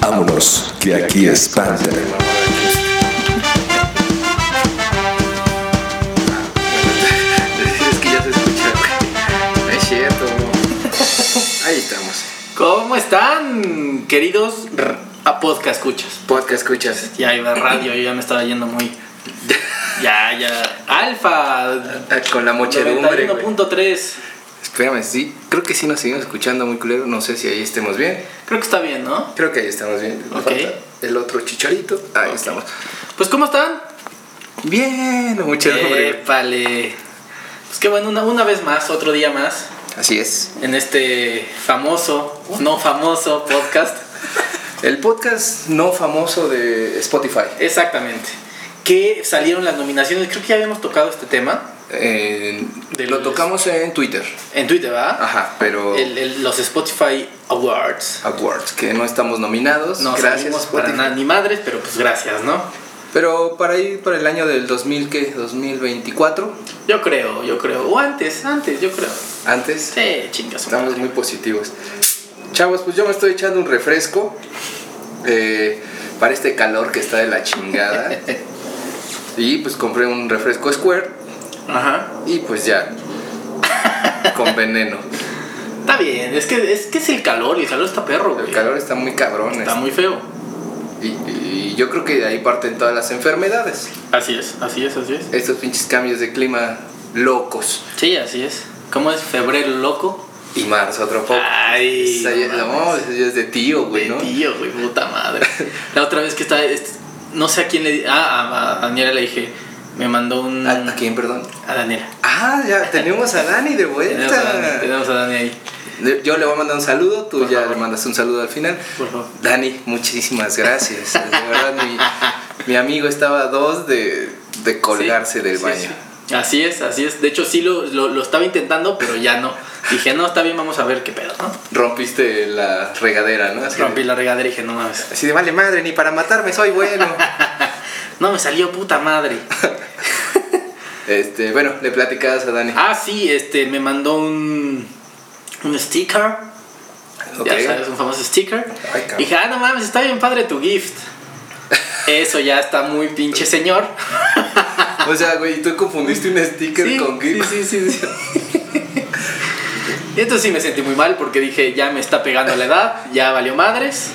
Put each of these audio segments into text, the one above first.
Vámonos, que aquí espanta. Es que ya se escucha, güey. No es cierto. Ahí estamos. ¿Cómo están, queridos r- a podcast escuchas? Podcast escuchas. Ya iba a radio, yo ya me estaba yendo muy. Ya, ya. Alfa Ah, Con la muchedumbre, güey. 91.3. Espérame, sí. Creo que sí nos seguimos escuchando muy culero. No sé si ahí estemos bien. Creo que está bien, ¿no? Creo que ahí estamos bien. Me Ok. falta El otro chicharito. Ahí Ok. estamos. Pues, ¿cómo están? Bien, la muchedumbre. güey. Épale. Pues qué bueno, una, una vez más, otro día más, Así es. en este famoso, o no famoso podcast. El podcast no famoso de Spotify. Exactamente. Que salieron las nominaciones. Creo que ya habíamos tocado este tema Eh, Del- lo tocamos en Twitter. en Twitter, ¿verdad? Ajá, pero. El- el- los Spotify Awards. Awards, que no estamos nominados. No salimos para Spotify. nada, ni madres, pero pues gracias, ¿no? Pero para ir para el año del 2000, ¿qué? 2024, Yo creo, yo creo. O antes, antes, yo creo. antes, Sí, chingas. su estamos madre. muy positivos. Chavos, pues yo me estoy echando un refresco eh, para este calor que está de la chingada. y pues compré un refresco Square Ajá. y pues ya, con veneno. Está bien, es que, es que es el calor y el calor está perro, güey. El calor está muy cabrón. está es- muy feo. y, y yo creo que de ahí parten todas las enfermedades. Así es, así es, así es. Estos pinches cambios de clima locos. Sí, así es. ¿Cómo es febrero loco? Y marzo otro poco. Ay, Esa ya- Ah, no no, mames. esa ya es de tío, güey, ¿no? Tío, güey, puta madre. La otra vez que estaba, este, no sé a quién le di, ah, a, a Daniela le dije, me mandó un... Ah, ¿A, a quién, perdón? A Daniela. Ah, ya tenemos a Dani de Tenemos a Dani, vuelta. tenemos a Dani ahí, Le- Yo le voy a mandar un saludo, tú Por ya favor. le mandas un saludo al final. por favor. Dani, muchísimas gracias. De verdad, mi, mi amigo estaba a dos de, de colgarse Sí, del sí, baño. sí. Así es, así es. De hecho, sí lo, lo, lo estaba intentando, pero ya no. Dije, no, está bien, vamos a ver qué pedo, ¿no? Rompiste la regadera, ¿no? Así de- Rompí la regadera y dije, no mames. Así de vale madre, ni para matarme soy bueno. No, me salió puta madre. este, bueno, le platicabas a Dani. Ah, sí, este, me mandó un, un sticker. Ok. Ya sabes, un famoso sticker. Ay, cabrón. dije, ah, no mames, está bien padre tu gift. Eso ya está muy pinche señor. O sea, güey, tú confundiste un sticker Sí, con sí, Gil. sí, sí, sí. Y entonces sí me sentí muy mal porque dije, ya me está pegando la edad, ya valió madres.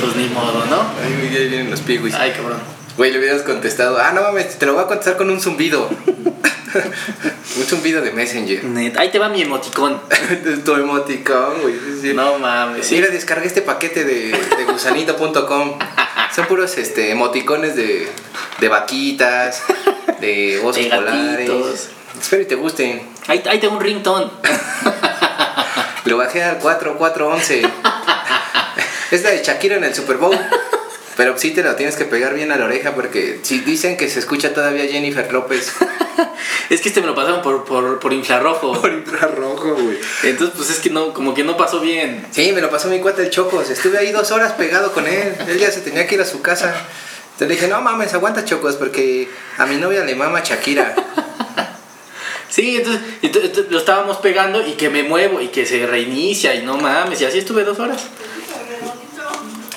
Pues ni modo, ¿no? Ay, güey, ahí vienen los pigüis. Ay, cabrón. Güey, le hubieras contestado, ah, no mames, te lo voy a contestar con un zumbido. un zumbido de Messenger. Neta, Ahí te va mi emoticón. tu emoticón, güey. sí. No mames. sí. Mira, descargué este paquete de, de gusanito.com. Son puros este, emoticones de, de vaquitas, de osos De polares. gatitos. Espero y te gusten. Ahí, ahí te va un ringtone. Lo bajé al 4411. es la de Shakira en el Super Bowl. Pero sí te lo tienes que pegar bien a la oreja porque si dicen que se escucha todavía Jennifer López. Es que este me lo pasaron por, por, por infrarrojo. Por infrarrojo, güey. Entonces, pues es que no, como que no pasó bien. Sí, me lo pasó mi cuate el Chocos. Estuve ahí dos horas pegado con él. Él ya se tenía que ir a su casa. Te dije, no mames, aguanta Chocos porque a mi novia le mama Shakira. Sí, entonces, ento- ento- lo estábamos pegando y que me muevo y que se reinicia y no mames. Y así estuve dos horas.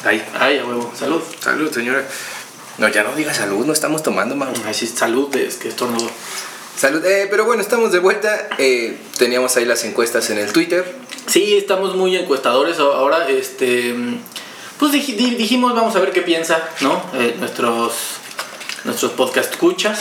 Ay, Ay, a huevo, salud. salud, señora. No, ya no diga salud, no estamos tomando, Mau. Ay, sí, salud, es que estornudo. Salud, eh, pero bueno, estamos de vuelta. Eh, teníamos ahí las encuestas en el Twitter. Sí, estamos muy encuestadores a- ahora. Este, pues dij- di- dijimos, vamos a ver qué piensa, ¿no? Eh, nuestros, nuestros podcast escuchas,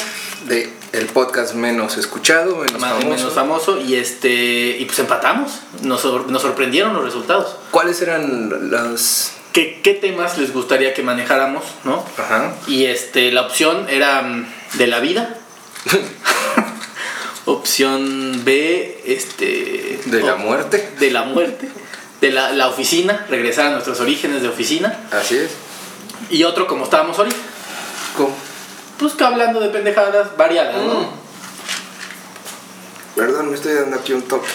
de el podcast menos escuchado, menos más famoso. o menos famoso, y este, y pues empatamos. Nos, sor- nos sorprendieron los resultados. ¿Cuáles eran las ¿Qué, qué temas les gustaría que manejáramos, no? Ajá. Y este, la opción era mm, de la vida. opción B, este, de la op- muerte? de la muerte, de la, la oficina, regresar a nuestros orígenes de oficina. Así es. Y otro como estábamos ahorita. ¿Cómo? Pues que hablando de pendejadas variadas, ¿no? Mm, Perdón, me estoy dando aquí un toque.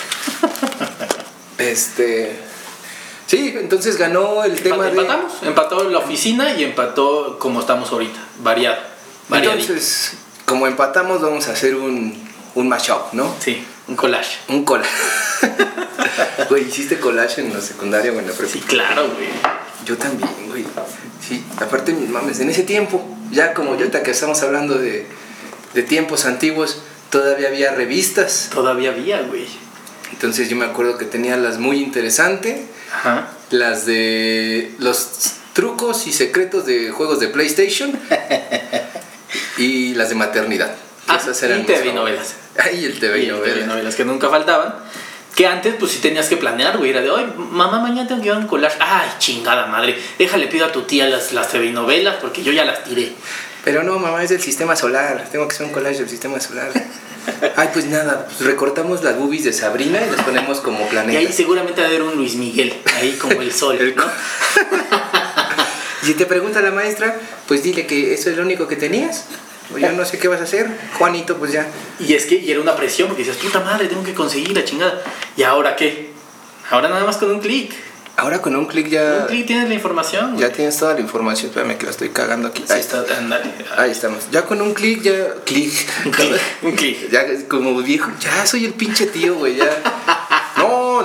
este Sí, entonces ganó el tema Empa- de empatamos. Empató la oficina y empató como estamos ahorita. Variado. Variadito. Entonces, como empatamos vamos a hacer un un mashup, ¿no? Sí, un collage. Un cola. Güey, hiciste collage en la secundaria o en la prepa. Sí, claro, güey. Yo también, güey. Sí, aparte, mames, en ese tiempo, ya como yo, ahorita que estamos hablando de, de tiempos antiguos, todavía había revistas. Todavía había, güey. Entonces yo me acuerdo que tenía las muy interesante, Ajá. las de los trucos y secretos de juegos de PlayStation y las de maternidad. Ah, Esas eran y mis TV favoritas. novelas. Ay, el TV Y novelas. telenovelas que nunca faltaban. Que antes, pues sí tenías que planear, güey. Era de, ay, mamá, mañana tengo que ir a un collage. Ay, chingada madre. Déjale, pido a tu tía las, las telenovelas porque yo ya las tiré. Pero no, mamá, es del sistema solar. Tengo que hacer un collage del sistema solar. Ay, pues nada, pues recortamos las boobies de Sabrina y las ponemos como Y ahí planetas. seguramente va a haber un Luis Miguel, ahí como el sol. El ¿no? co- Si te pregunta la maestra, pues dile que eso es lo único que tenías. O yo no sé qué vas a hacer. Juanito, pues ya. Y es que y era una presión porque decías, puta madre, tengo que conseguir la chingada. ¿Y ahora qué? Ahora nada más con un clic. Ahora con un clic Con Un ya, clic tienes la información. güey. ya tienes toda la información. Espérame que la estoy cagando aquí. Ahí Ahí está. está, ándale. Ahí estamos. Ya con un clic, ya. Clic. Un clic, un clic. Ya como viejo, ya soy el pinche tío, güey, ya. No,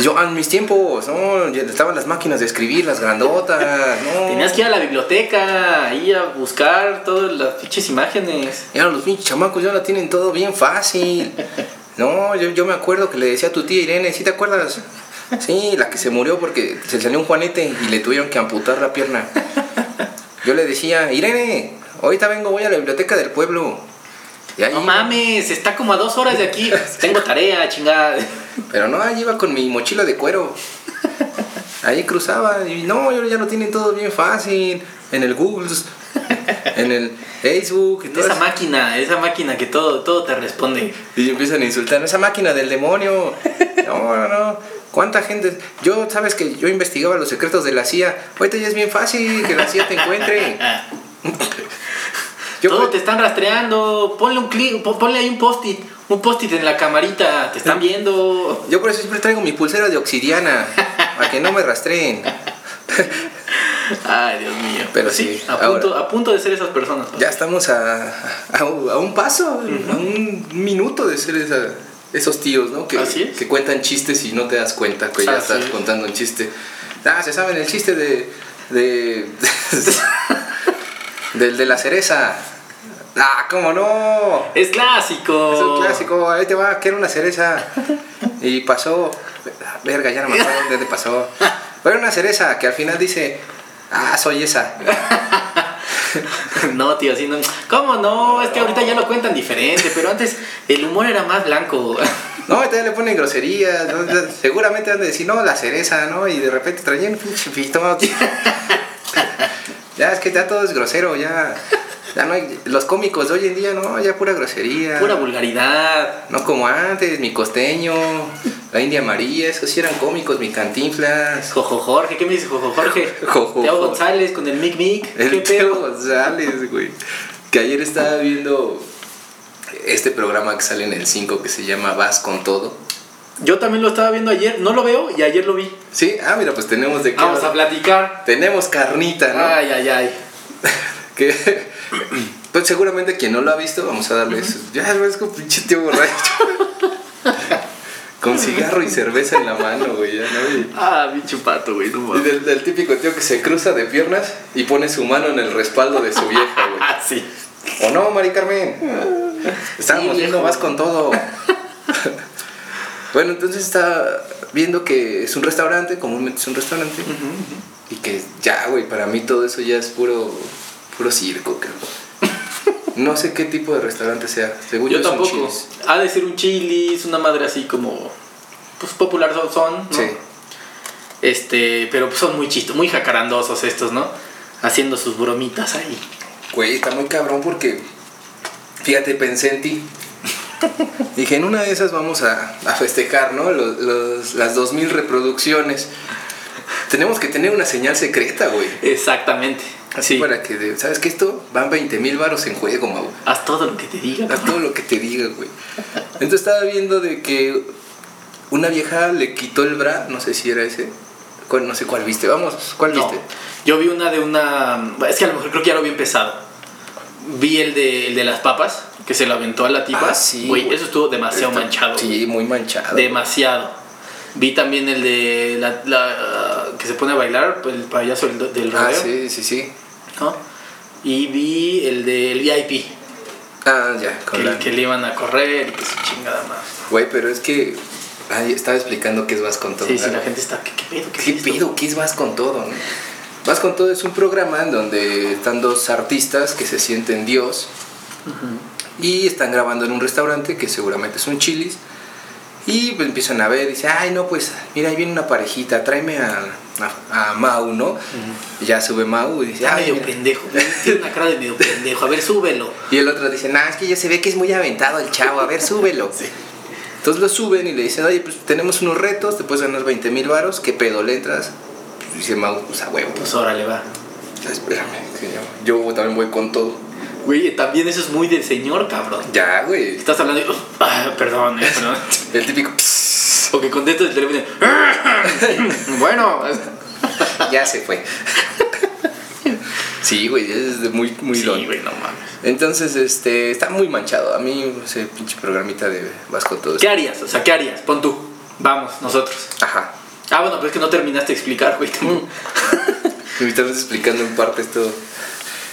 yo en mis tiempos, no, ya estaban las máquinas de escribir, las grandotas, no. Tenías que ir a la biblioteca, ahí a buscar todas las pinches imágenes. Y ahora los pinches chamacos ya la tienen todo bien fácil. No, yo, yo me acuerdo que le decía a tu tía Irene, ¿sí te acuerdas? Sí, la que se murió porque se le salió un juanete y le tuvieron que amputar la pierna. Yo le decía, Irene, ahorita vengo, voy a la biblioteca del pueblo. Y ahí No iba. mames, está como a dos horas de aquí. Tengo tarea, chingada. Pero no, ahí iba con mi mochila de cuero. Ahí cruzaba y no, yo ya lo tienen todo bien fácil. En el Google, en el Facebook y todo Esa eso. máquina, esa máquina que todo, todo te responde. Y empiezan a insultar, esa máquina del demonio. No, no, no. ¿Cuánta gente? Yo, sabes que yo investigaba los secretos de la CIA. Ahorita ya es bien fácil que la CIA te encuentre. Yo, todo te están rastreando. Ponle un clic, pon- ponle ahí un post-it. Un post-it en la camarita, te están viendo. yo por eso siempre traigo mi pulsera de obsidiana. Para que no me rastreen. Ay, Dios mío. Pues Pero sí, a punto, a punto de ser esas personas. pues. Ya estamos a, a, un a un paso, a un minuto de ser esa- esos tíos, ¿no? Que, Así es. que cuentan chistes y no te das cuenta que ya Así estás es. contando un chiste. Ah, se saben el chiste de. de del de la cereza. Ah, cómo no. Es clásico. Es un clásico, ahí te va, que era una cereza. Y pasó, verga, ya no me acuerdo dónde pasó. Pero era una cereza que al final dice, ah, soy esa. No, tío, así no. ¿Cómo no? Es que ahorita ya lo cuentan diferente, pero antes el humor era más blanco. No, y todavía le ponen groserías. ¿no? Seguramente han de decir, no, la cereza, ¿no? Y de repente traían un pinche pito. ya, es que ya todo es grosero, ya. Ya no hay- los cómicos de hoy en día, no, ya pura grosería. Pura vulgaridad. No como antes, mi costeño, la India María, esos sí eran cómicos, mi cantinflas. Jojo Jorge, ¿qué me dice Jojo Jorge? Jojo Jorge. Teo González con el Mic Mic. ¿Qué El Teo pedo? González, güey. Que ayer estaba viendo este programa que sale en el 5 que se llama Vas con todo. Yo también lo estaba viendo ayer, no lo veo y ayer lo vi. Sí, ah, mira, pues tenemos de qué. Vamos a hablar. platicar. Tenemos carnita, ¿no? Ay, ay, ay. que pues seguramente quien no lo ha visto vamos a darle eso ya es como pinche tío borracho con cigarro y cerveza en la mano güey ya, ¿no? Y- Ah, bicho pato, güey, no y del, del típico tío que se cruza de piernas y pone su mano en el respaldo de su vieja güey Ah, sí. o no Mari Carmen estábamos Sí, viendo viejo. vas con todo bueno entonces está viendo que es un restaurante comúnmente es un restaurante y que ya, güey, para mí todo eso ya es puro, puro circo, cabrón. No sé qué tipo de restaurante sea. Según yo, Yo es un tampoco. Chili's. Ha de ser un chilis, una madre así como. Pues popular son, son, ¿no? Sí. Este, pero pues son muy chistos, muy jacarandosos estos, ¿no? Haciendo sus bromitas ahí. Güey, está muy cabrón porque. Fíjate, pensé en ti. Dije, en una de esas vamos a, a festejar, ¿no? Los, los- las 2000 reproducciones. Tenemos que tener una señal secreta, güey. Exactamente. Así Sí. para que. de- ¿Sabes qué? Esto van 20 mil varos en juego, Mau. Haz todo lo que te diga. Haz todo lo que te diga, güey. Entonces estaba viendo de que una vieja le quitó el bra, no sé si era ese. cuál- no sé cuál viste, vamos, ¿cuál No, viste? yo vi una de una. Es que a lo mejor creo que ya lo había empezado. Vi el de, el de las papas, que se lo aventó a la tipa. Ah, sí, Güey, güey. eso estuvo demasiado Está- manchado. Sí, muy manchado. Demasiado. Vi también el de la, la, uh, que se pone a bailar, el payaso del, del Ah, rodeo, sí, sí, sí. ¿no? Y vi el del VIP, Ah, ya, con que, la- que le iban a correr y que su chingada más. Güey, pero es que. Ay, estaba explicando qué es Vas con todo. Sí, sí, ¿verdad? la gente está, ¿qué, qué pedo? ¿Qué, ¿Qué es esto?" pedo? ¿Qué es Vas con todo? no? Vas con todo es un programa en donde están dos artistas que se sienten Dios y están grabando en un restaurante que seguramente es un chilis. Y pues empiezan a ver, y dice, ay no, pues mira, ahí viene una parejita, tráeme a, a, a Mau, ¿no? Y ya sube Mau y dice, Está ay, medio mira". pendejo, tiene una cara de medio pendejo. A ver, súbelo. Y el otro dice, nah, es que ya se ve que es muy aventado el chavo, a ver, súbelo. Entonces lo suben y le dicen, oye, pues tenemos unos retos, te puedes ganar 20 mil varos, ¿qué pedo le entras? Y dice Mau, pues a huevo. Pues órale, va. Espérame, que yo, yo también voy con todo. Güey, también eso es muy del señor, cabrón. Ya, güey. Estás hablando y. "Ah, perdón, eh, perdón. El típico. "Psss". O que contestas el teléfono. y, bueno, Ya se fue. Sí, güey, es de muy, muy sí, don. güey, no mames. Entonces, este, está muy manchado. A mí ese pinche programita de Vasco todo. ¿Qué harías? O sea, ¿qué harías? Pon tú. Vamos, nosotros. Ajá. Ah, bueno, pero es que no terminaste de explicar, güey. también. Y me estás explicando en partes todo.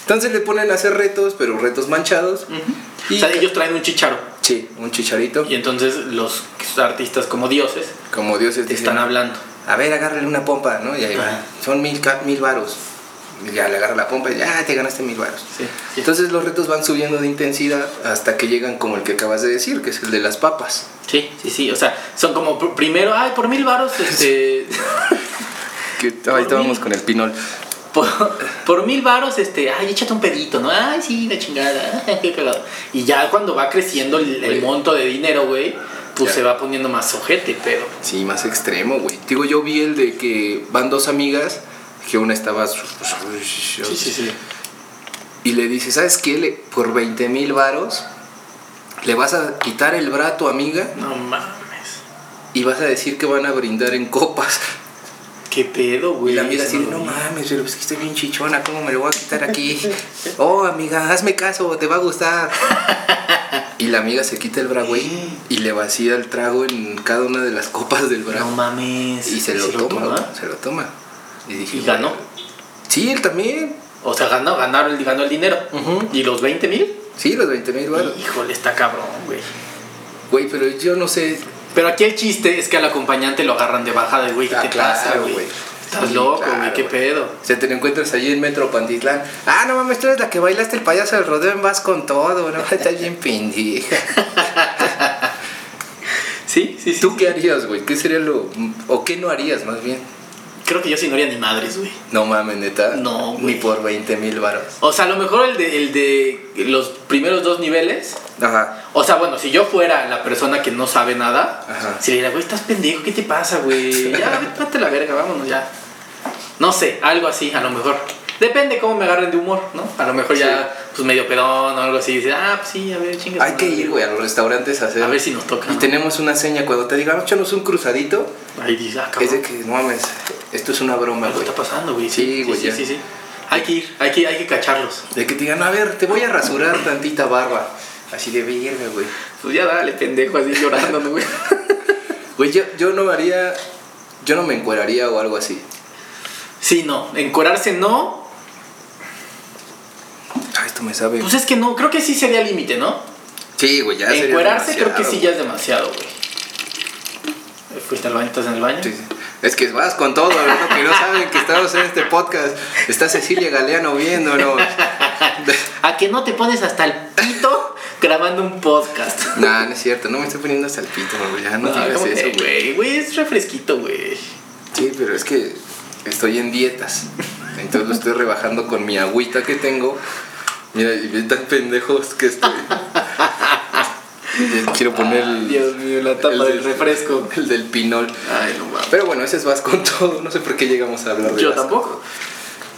Entonces le ponen a hacer retos, pero retos manchados. O Y sea, ellos traen un chicharo. sí, un chicharito. Y entonces los artistas como dioses Como dioses te dicen, están hablando. a ver, agárrale una pompa, ¿no? Y ahí va. Ajá. Son mil, ca- mil varos. Y ya le agarra la pompa y ya "Ah, te ganaste mil varos. Sí. sí. Entonces los retos van subiendo de intensidad hasta que llegan como el que acabas de decir, que es el de las papas. Sí, sí, sí. O sea, son como pr- primero, ay, por mil varos, este. Que Por ahorita vamos mil. con el pinol. por, por mil varos, este, ay, échate un pedito, ¿no? Ay, sí, la chingada. qué cagado. Y ya cuando va creciendo el, el Güey. monto de dinero, güey, pues Ya. se va poniendo más ojete, pero. Sí, más extremo, güey. Digo, yo vi el de que van dos amigas, que una estaba... Sí, sí, sí. Y le dice, ¿sabes qué? Le- por 20 mil varos le vas a quitar el bra a tu amiga No mames. y vas a decir que van a brindar en copas. ¿Qué pedo, güey? Y la mira Eso así, de, lo no vi. mames, pero es que estoy bien chichona, ¿cómo me lo voy a quitar aquí? Oh, amiga, hazme caso, te va a gustar. Y la amiga se quita el bra, güey, y le vacía el trago en cada una de las copas del bra. No mames. y se lo toma, güey, se lo toma. Y dije, Y ganó. Sí, él también. O sea, ganó, ganaron, el- ganó el dinero. Ujú. ¿Y los 20 mil? Sí, los 20 mil varos. Híjole, está cabrón, güey. Güey, pero yo no sé, Pero aquí el chiste es que al acompañante lo agarran de bajada, güey. ¿Qué Ah, te claro, pasa, güey? güey. Estás Sí, loco, güey. claro, ¿Qué güey. pedo? Se te lo encuentras allí en Metro Pantitlán. Ah, no mames, tú eres la que bailaste el payaso del rodeo en Vas con todo, ¿no? Estás bien pendeja. Sí, sí, sí. ¿Tú qué harías, güey? ¿Qué sería lo. o qué no harías, más bien? Creo que yo sí no haría ni madres, güey. No mames, neta. No, Ni güey. por 20 mil varos. O sea, a lo mejor el de, el de los primeros dos niveles. Ajá. O sea, bueno, si yo fuera la persona que no sabe nada, Ajá. si le diría, güey, estás pendejo, ¿qué te pasa, güey? Ya, vete vete a la verga, vámonos ya. No sé, algo así, a lo mejor. Depende cómo me agarren de humor, ¿no? A lo mejor ya, pues medio pedón o algo así, dice, ah, pues sí, a ver, chingas. Hay que ir, güey, a los restaurantes a hacer. A ver si nos toca. Y ¿no? tenemos una seña cuando te digan, échanos un cruzadito. Ahí dice, ah, Es de cabrón, que, no mames, esto es una broma, algo güey. está pasando, güey. Sí, güey, Sí, ya. sí, sí. Hay que ir, hay que, hay que cacharlos. De que te digan, a ver, te voy a rasurar tantita barba. Así de verga, güey. Pues ya dale, pendejo, así llorando, ¿no, güey. Güey, yo, yo no haría. Yo no me encueraría o algo así. Sí, no, encorarse no. Ay, Ah, esto me sabe. Pues es que no, creo que sí sería límite, ¿no? Sí, güey, ya sería Encuerarse creo que demasiado, sí ya es demasiado, güey. Fuiste al baño, estás en el baño. güey. Sí, sí. Es que vas con todo, ¿verdad? que no saben que estamos en este podcast. Está Cecilia Galeano viéndonos. ¿A que no te pones hasta el pito grabando un podcast? Nah, no es cierto, no me estoy poniendo hasta el pito, güey. Ya no, No, digas ¿cómo eso, que, güey. güey, güey, es refresquito, güey. Sí, pero es que estoy en dietas. Entonces lo estoy rebajando con mi agüita que tengo. Mira, y bien tan pendejos que estoy. Ya Quiero poner el, Dios mío, la tapa el del refresco. El del pinol. Ay, no mames. Pero bueno, ese es vas con todo. No sé por qué llegamos a hablar de Yo Vas con tampoco. todo.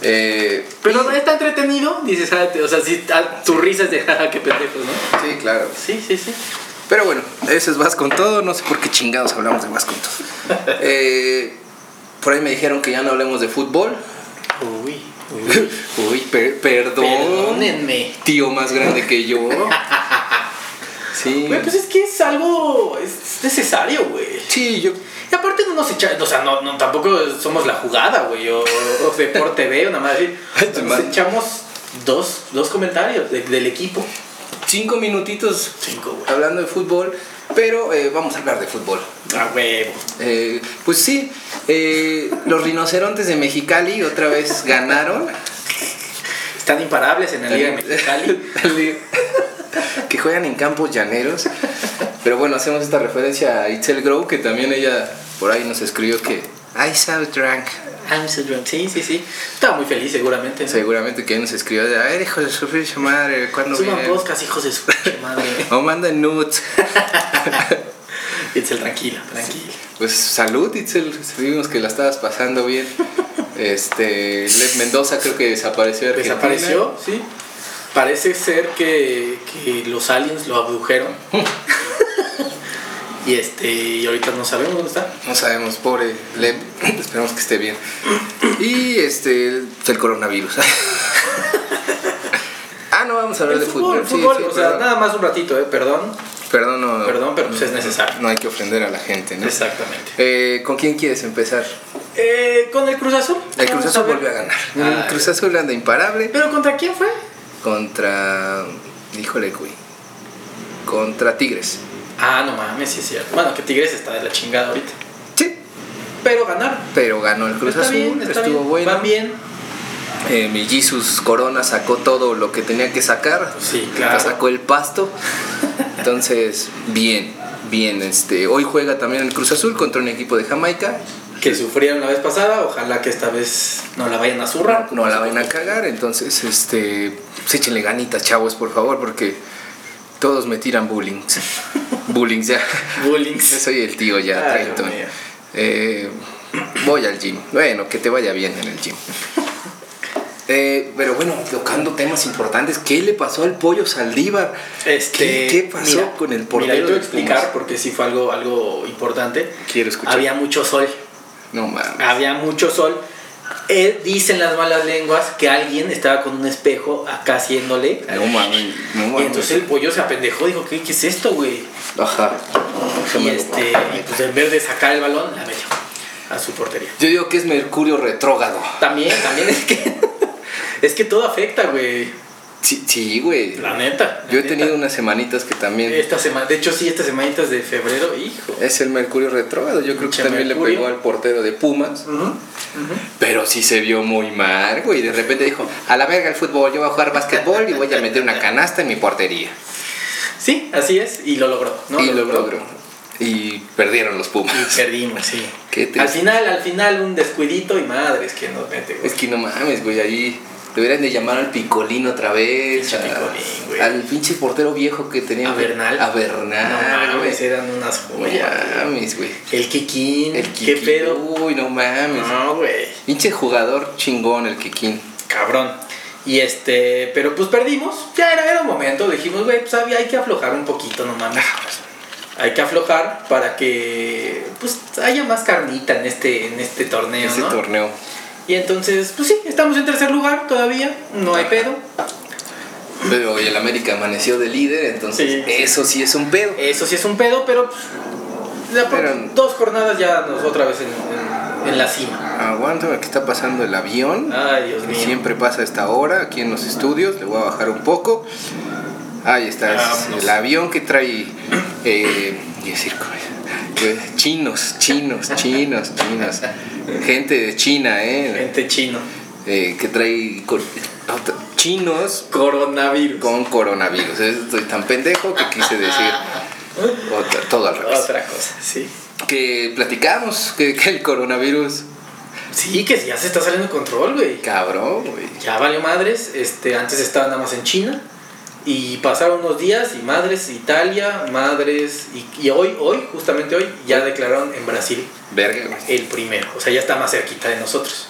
Eh, Pero está entretenido, dices, ah, te- o sea, si ah, tu risa es de, ah, qué pendejos, ¿no? sí, claro. Sí, sí, sí. Pero bueno, ese es Vas con todo. No sé por qué chingados hablamos de Vas con todo. Eh, por ahí me dijeron que ya no hablemos de fútbol. Uy, Uy, per- perdón. perdónenme. Tío más grande que yo. Sí. Güey, pues es que es algo. Es necesario, güey. Sí, yo. Y aparte no nos echa, o sea, no, no, tampoco somos la jugada, güey, o, o Deporte B, o nada más así. Ay, tu Nos madre. echamos dos, dos comentarios de- del equipo. Cinco minutitos Cinco, güey. hablando de fútbol, pero eh, vamos a hablar de fútbol. A Ah, huevo. Eh, pues sí, eh, los rinocerontes de Mexicali otra vez ganaron. Están imparables en la Liga de Mexicali. que juegan en campos llaneros. Pero bueno, hacemos esta referencia a Itzel Grow, que también ella por ahí nos escribió que I saw drunk. I'm so drunk. Ah, Sí, sí, sí. Estaba muy feliz, seguramente. ¿no? Seguramente que nos escribió de, a ver, hijo de su pinche madre, ¿cuándo Suban viene? podcast, hijos de su pinche madre. O manda nudes. Itzel, tranquila, tranquila. Pues salud, Itzel. Vimos que la estabas pasando bien. Este, Lev Mendoza creo que desapareció. de Argentina. Desapareció, sí. Parece ser que, que los aliens lo abdujeron. y este, y ahorita no sabemos dónde está. No sabemos, pobre Lev. Esperamos que esté bien. Y este, el el coronavirus. ah, no, vamos a hablar de El fútbol. fútbol, el Sí, fútbol, sí, o sea, perdón. nada más un ratito, ¿eh? Perdón. Perdón, no, Perdón, pero pues es necesario. No hay que ofender a la gente, ¿no? Exactamente. Eh, ¿Con quién quieres empezar? Eh, con el Cruz Azul. El Cruz Vamos Azul ver. volvió a ganar. Ah, el Cruz Azul anda imparable ¿Pero contra quién fue? contra. Híjole, güey. Contra Tigres. Ah, no mames, sí es cierto. Bueno, que Tigres está de la chingada ahorita. Sí, Pero ganaron. pero ganó el Cruz está Azul. bien, está estuvo bien. bueno. Van bien. Eh, mi Jesus Corona sacó todo lo que tenía que sacar. Sí, claro. Sacó el pasto. Entonces, bien, bien. Este, hoy juega también el Cruz Azul contra un equipo de Jamaica. Que sufrieron la vez pasada. Ojalá que esta vez no la vayan a zurrar. No la van a cagar. Entonces, este, pues, échenle ganitas, chavos, por favor, porque todos me tiran bullying. bullying ya. Bullings. Yo soy el tío ya, Ay, Trenton. Dios mío. Eh, voy al gym. Bueno, que te vaya bien en el gym. Eh, pero bueno, tocando temas importantes, ¿qué le pasó al pollo Saldívar? Este, ¿Qué, qué pasó mira, con el portero? Mira, yo te voy a de explicar Pumas? porque sí fue algo, algo importante. Quiero escuchar. Había mucho sol. No mames. Había mucho sol. Eh, dicen las malas lenguas que alguien estaba con un espejo acá haciéndole. No mames. No Ah, Y mames. entonces el pollo se apendejó, dijo, ¿qué, qué es esto, güey? Ajá. Y Déjame lo- este, y pues en vez de sacar el balón, la metió a su portería. Yo digo que es Mercurio retrógrado. También, también es que es que todo afecta, güey. Sí, sí, güey. La neta. la Yo he neta. tenido unas semanitas que también. esta semana, de hecho sí, esta semanita es de febrero, hijo. Es el Mercurio retrógrado. Yo creo que Pinche también le Mercurio. pegó al portero de Pumas. Pero sí se vio muy mal, güey. De repente dijo, a la verga el fútbol, yo voy a jugar básquetbol y voy a meter una canasta en mi portería. Sí, así es y lo logró, ¿no? y lo logró. Y perdieron los Pumas. Y perdimos, sí. Qué triste. al final, al final, un descuidito y madres que nos mete, güey. Es que no mames, güey, ahí deberían de llamar al Picolín otra vez. Pinche a- Picolín, güey. al pinche portero viejo que tenía. A Bernal. A Bernal, No Ah, güey. mames, eran unas No joyas. mames, güey. El Kikín, El qué Kikín. pedo. Uy, no mames. No, güey. Pinche jugador chingón el Kikín. Cabrón. Y este, pero pues perdimos. Ya era, era un momento. Dijimos, güey, pues había, hay que aflojar un poquito, no mames. Ah, pues. Hay que aflojar para que pues haya más carnita en este, en este torneo, Ese ¿no? torneo. y entonces, pues sí, estamos en tercer lugar todavía. No hay pedo. Pero hoy el América amaneció de líder, entonces Sí. eso sí es un pedo. Eso sí es un pedo, pero pues, ya por Pero- dos jornadas ya nos otra vez en, en- en la cima. Aguántame que está pasando el avión. Ay, Dios que mío. siempre pasa a esta hora aquí en los estudios. Le voy a bajar un poco. Ahí está, es Vámonos. el avión que trae. Eh, y decir, pues, chinos, chinos, chinos, chinos. Gente de China, ¿eh? Gente chino. Eh, que trae cor- chinos Coronavirus. con coronavirus. Estoy tan pendejo que quise decir otra- todo al revés. Otra cosa, sí. Que platicamos que, que el coronavirus, Sí, que ya se está saliendo de control, güey. cabrón, güey. Ya valió madres, este, antes estaba nada más en China y pasaron unos días y madres Italia, madres y, y hoy, hoy, justamente hoy, ya declararon en Brasil Verga, güey. el primero, o sea, ya está más cerquita de nosotros.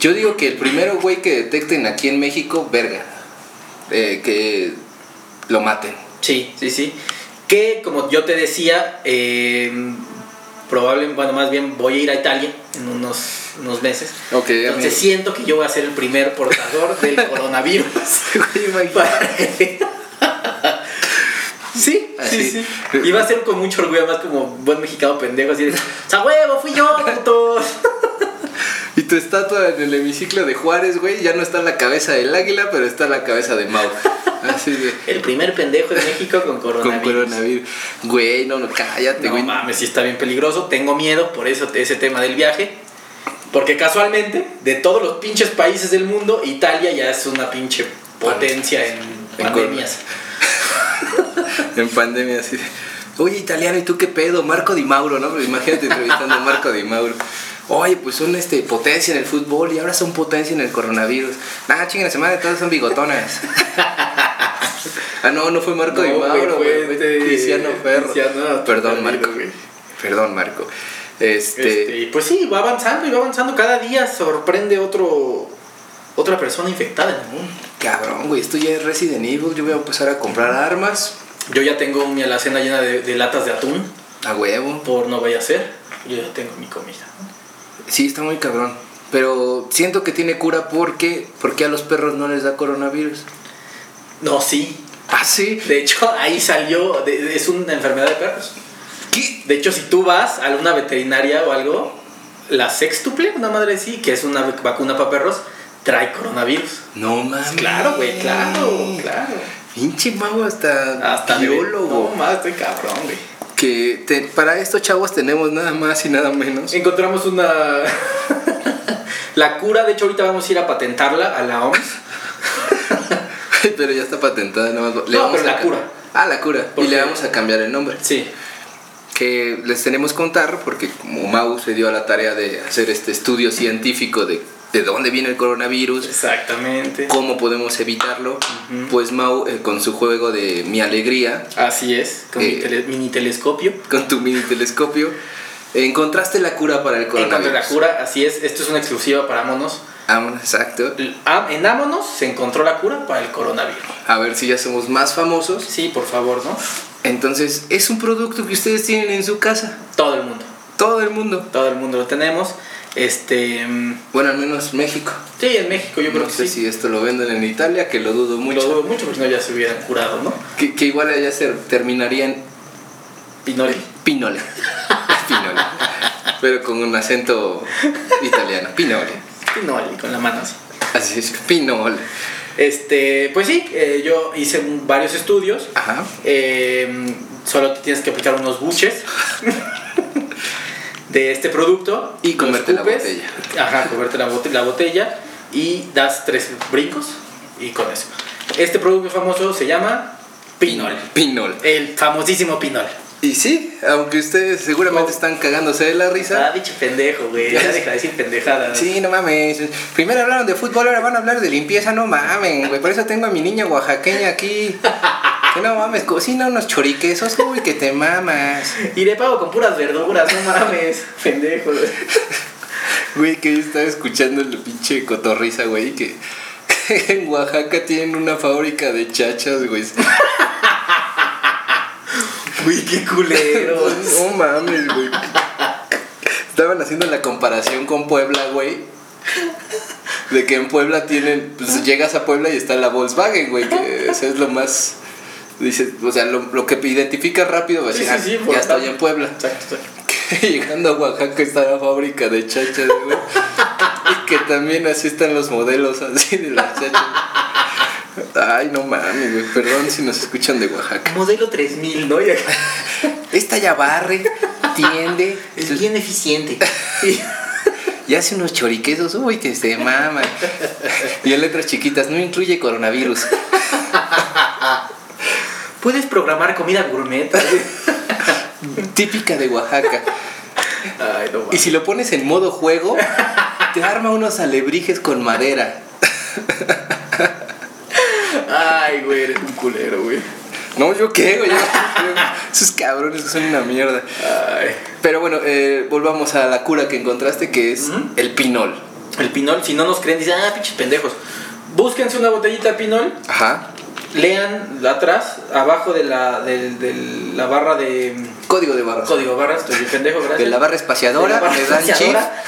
Yo digo que el primero güey que detecten aquí en México, verga. Eh, que lo maten. Sí, sí, sí. Que como yo te decía, eh, probablemente, bueno, más bien voy a ir a Italia en unos, unos meses. Ok, Entonces siento que yo voy a ser el primer portador del coronavirus. amigo. sí, Así. Sí, sí. Y va a ser con mucho orgullo, además, como buen mexicano pendejo, así de. ¡Sa huevo, fui yo, putos! Y tu estatua en el hemiciclo de Juárez, güey, ya no está la cabeza del águila, pero está la cabeza de Mau. Así de. El primer pendejo de México con Con coronavirus. coronavirus. Güey, no, no, cállate, No güey. mames, sí está bien peligroso. Tengo miedo por eso, ese tema del viaje. Porque casualmente, de todos los pinches países del mundo, Italia ya es una pinche potencia en En pandemias. en pandemia, así de. Oye, italiano, ¿y tú qué pedo? Marco Di Mauro, ¿no? Pues, Imagínate entrevistando a Marco Di Mauro. Oye, pues son este, potencia en el fútbol y ahora son potencia en el coronavirus. Nah, chinguen la semana, todas son bigotonas. ah, no, no fue Marco Di No, güey, Mauro, güey. fue fue este- Tiziano Ferro. Tiziano Perdón, Ferro, Marco. güey. Perdón, Marco. Este, y pues sí, va avanzando y va avanzando. Cada día sorprende otro otra persona infectada en el mundo. Cabrón, güey, esto ya es Resident Evil. Yo voy a empezar a comprar armas Yo ya tengo mi alacena llena de, de latas de atún, a huevo. por no vaya a ser. Yo ya tengo mi comida. Sí, está muy cabrón. Pero siento que tiene cura porque, porque a los perros no les da coronavirus. No, sí. Ah, sí. De hecho, ahí salió, de- de- es una enfermedad de perros. ¿Qué? De hecho, si tú vas a alguna veterinaria o algo, la sextuple, una madre sí, que es una vacuna para perros, trae coronavirus. No mames. Claro, güey, claro, claro. Pinche mago hasta, Hasta de- biólogo. No, más, estoy cabrón, güey. Que te- para esto, chavos, tenemos nada más y nada menos. Encontramos una. la cura, de hecho, ahorita vamos a ir a patentarla a la OMS. pero ya está patentada, nada más. No, pero la ca- cura. Ah, la cura. Y Porque- le vamos a cambiar el nombre. Sí. que les tenemos que contar, porque como Mau se dio a la tarea de hacer este estudio científico de, de dónde viene el coronavirus, Exactamente. cómo podemos evitarlo, pues Mau eh, con su juego de Mi Alegría, Así es, con mi Eh, tele- mini telescopio. con tu mini telescopio, encontraste la cura para el Encontré coronavirus. la cura, así es. Esto es una exclusiva para Amonos. Ah, exacto. Am- En Amonos se encontró la cura para el coronavirus. A ver si ya somos más famosos. Sí, por favor, ¿no? Entonces, es un producto que ustedes tienen en su casa. Todo el mundo. Todo el mundo. Todo el mundo lo tenemos. Este. mm, Bueno, al menos México. Sí, en México yo creo no que sé sí. si esto lo venden en Italia, que lo dudo Mucho. mucho. Lo dudo mucho porque si no ya se hubieran curado, ¿no? Que, que igual allá se terminarían Pinori. Pinole. Pinole. Pero con un acento italiano. Pinole. Pinori, con la mano así. Así es. Pinole. Este, pues sí, eh, yo hice un- varios estudios. Ajá. Eh, solo te tienes que aplicar unos buches de este producto. Y lo comerte la escupes. botella. Ajá, comerte la, bote- la botella. Y das tres brincos y con eso. Este producto famoso se llama Pinol. Pinole. El famosísimo Pinol. Y sí, aunque ustedes seguramente están cagándose de la Ah, risa. dicho pendejo, güey. Ya Ya sé. deja de decir pendejadas. Sí, no mames. Primero hablaron de fútbol, ahora van a hablar de limpieza, no mames, güey. Por eso tengo a mi niña oaxaqueña aquí. Que no mames, cocina unos choriquesos, uy, que te mamas. Y le pago con puras verduras, no mames, pendejo. güey. Güey, que yo estaba escuchando el pinche cotorriza, güey, que, que en Oaxaca tienen una fábrica de chachas, güey. Uy, qué culero. No mames, güey. Estaban haciendo la comparación con Puebla, güey. De que en Puebla tienen, pues llegas a Puebla y está la Volkswagen, güey, que eso es lo más... Dices, o sea, lo, lo que identificas rápido, vas a Sí, decir, sí, "Ah, sí, por- ya estoy en Puebla. Exacto, exacto. que llegando a Oaxaca está la fábrica de chachas, güey. y que también así están los modelos así de las chachas. Ay, no mames, güey. Perdón si nos escuchan de Oaxaca. Modelo 3000, ¿no? Y acá- Esta ya barre, tiende, Es bien eficiente. y hace unos choriquesos, uy, que se maman. Y en letras chiquitas, no incluye coronavirus. Puedes programar comida gourmet. Típica de Oaxaca. Ay, no Y si lo pones en modo juego, te arma unos alebrijes con madera. Ay, güey, eres un culero, güey. No, yo qué, güey. Yo- Esos cabrones que son una mierda. Ay. Pero bueno, eh, volvamos a la cura que encontraste, que es Ujú. el pinol. El pinol, si no nos creen, dicen, ah, pinches pendejos. Búsquense una botellita de pinol, Ajá. lean atrás, abajo de la, del- del- la barra de. mm, Código de barras. Código barra, estoy bien pendejo, gracias. De la barra espaciadora, De la barra le dan shift. espaciadora.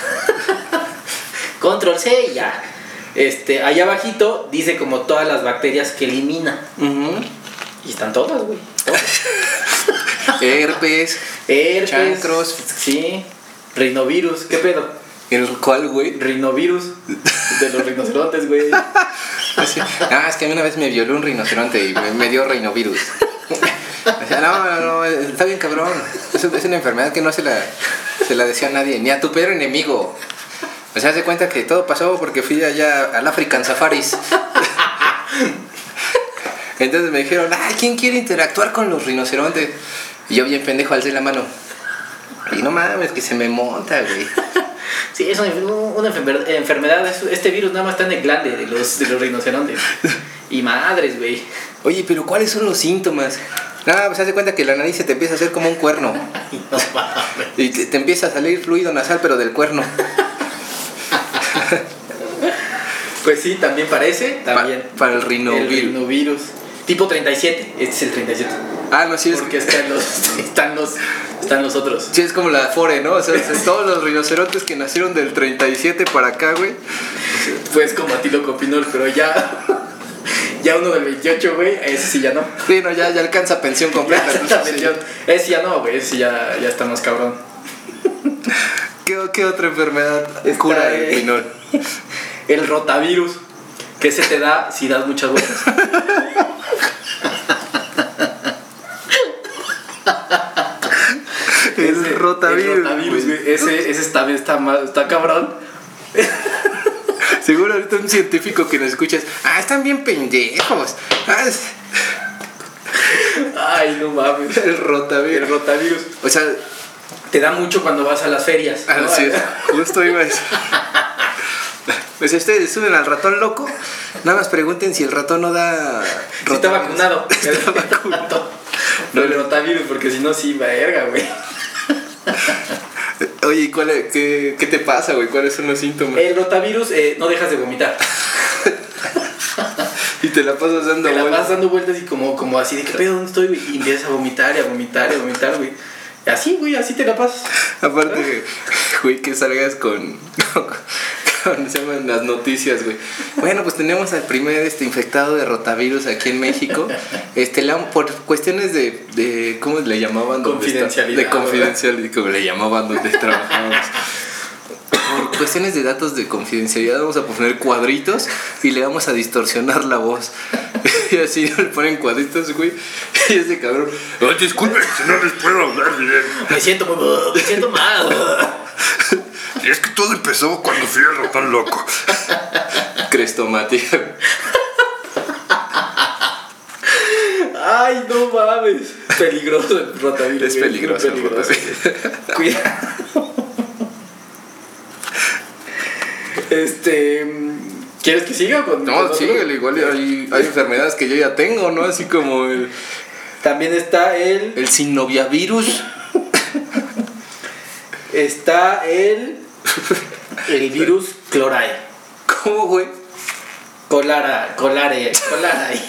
Control C y ya. Este, allá abajito dice como todas las bacterias que elimina. Ujú. Y están todas, güey. Todas. Herpes. Herpes. Chancros. Sí. Rinovirus. ¿Qué pedo? ¿El cual, güey? Rinovirus. De los rinocerontes, güey. Así, Ah, es que a mí una vez me violó un rinoceronte y me, me dio rinovirus. O sea, no, no, no, está bien cabrón. Es, es una enfermedad que no se la, se la decía a nadie, ni a tu peor enemigo. O sea, haz de cuenta que todo pasó porque fui allá al African Safaris. Entonces me dijeron, ah, ¿quién quiere interactuar con los rinocerontes? Y yo bien pendejo alcé la mano. Y no mames, que se me monta, güey. Sí, es una, una enfermer- enfermedad. es- Este virus nada más está en el glande de los, de los rinocerontes. Y madres, güey. Oye, pero ¿cuáles son los síntomas? Nada, pues haz de cuenta que la nariz se te empieza a hacer como un cuerno. No mames. Y te, te empieza a salir fluido nasal, pero del cuerno. Pues sí, también parece. También. Pa- para el rinovirus. El rinovirus. Tipo 37. Este es el 37. Ah, no, sí es, Porque están los, están los, están los otros. sí es como la Fore, ¿no? O sea, es- todos los rinocerontes que nacieron del 37 para acá, güey. Puedes combatirlo con pinol, pero ya. Ya uno del 28, güey. Ese sí ya no. Sí, no, ya, ya alcanza pensión completa. ¿no? Esa Sí. versión- Ese ya no, güey. Ese ya, ya está más cabrón. ¿Qué, qué otra enfermedad Está, cura eh. el pinol? El rotavirus. Que se te da si das muchas vueltas. Ese- El rotavirus. El rotavirus, güey. Ese, ese está, está, ma- está cabrón. Seguro ahorita un científico que nos escuchas. Ah, están bien pendejos. Ah, es- Ay, no mames. el El rotavirus. rotavirus. O sea, Te da mucho cuando vas a las ferias. ¿no? así es. Ah, Justo iba a decir. Pues si ustedes suben al ratón loco, nada más pregunten si el ratón no da. Sí está rotavirus. vacunado. Está vacunado. el rotavirus, porque si no, sí, verga, güey. Oye, ¿y cuál es- qué, qué te pasa, güey? ¿Cuáles son los síntomas? El rotavirus eh, no dejas de vomitar. Y te la pasas dando Te la vueltas. vas dando vueltas y como, como así de qué pedo, ¿dónde estoy? güey? Y empiezas a vomitar y a vomitar y a vomitar, güey. Y Así, güey, así te la pasas. Aparte, güey, que salgas con. con se llaman las noticias, güey. Bueno, pues tenemos al primer este, infectado de rotavirus aquí en México. Este, la- por cuestiones de, de- ¿Cómo le llamaban? donde está- Confidencialidad, De confidencialidad, como le llamaban donde trabajábamos. Por cuestiones de datos de confidencialidad, vamos a poner cuadritos y le vamos a distorsionar la voz. Y así le ponen cuadritos, güey. Y ese cabrón, "Oh, disculpe, Si no les puedo hablar bien. Me siento muy- me siento mal. Y es que todo empezó cuando fui al ratón loco. crestomatía. Ay, no mames. Peligroso el rotavirus. Es güey, peligroso el güey. Cuidado. Este. ¿Quieres que siga con.? con No, otro? sí, el igual hay, hay enfermedades que yo ya tengo, ¿no? Así como el, También está el. el sinoviavirus. Está el. El virus Clorae. ¿Cómo, güey? Colara. Colare. Colarae.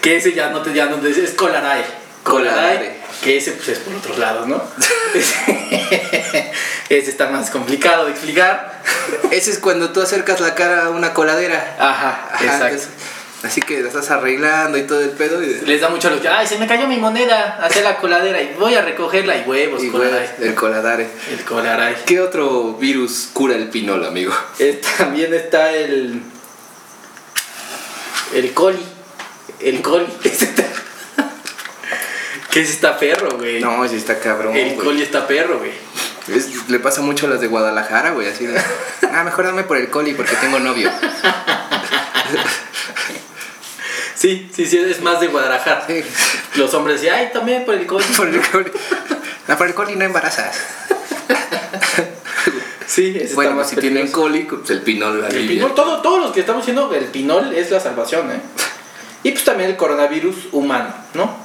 que ese ya no te. Ya no te es Colarae. Colarae. Que ese pues es por otros lados, ¿no? ese ese está más complicado de explicar. Ese es cuando tú acercas la cara a una coladera. Ajá, Ajá, exacto. entonces, así que la estás arreglando y todo el pedo. Y, Les da mucho a los que, ay, se me cayó mi moneda, hacia la coladera y voy a recogerla y huevos, eh. y, güey, colaray. el coladare. El colaray. ¿Qué otro virus cura el pinol, amigo? Eh, también está el. El coli. El coli. Ese está- ¿Qué es esta perro, güey? No, sí está cabrón. el güey. coli está perro, güey. Es- le pasa mucho a las de Guadalajara, güey, así de, ah, mejor dame por el coli porque tengo novio. Sí, sí, sí, es más de Guadalajara. Sí. Los hombres decían, ay, también por el coli. por el coli. Ah, por el coli no embarazas. Sí, ese está Bueno, más si tienen peligroso. coli, pues el pinol El alivia. pinol, todo, todos los que estamos haciendo, el pinol es la salvación, ¿eh? Y pues también el coronavirus humano, ¿no?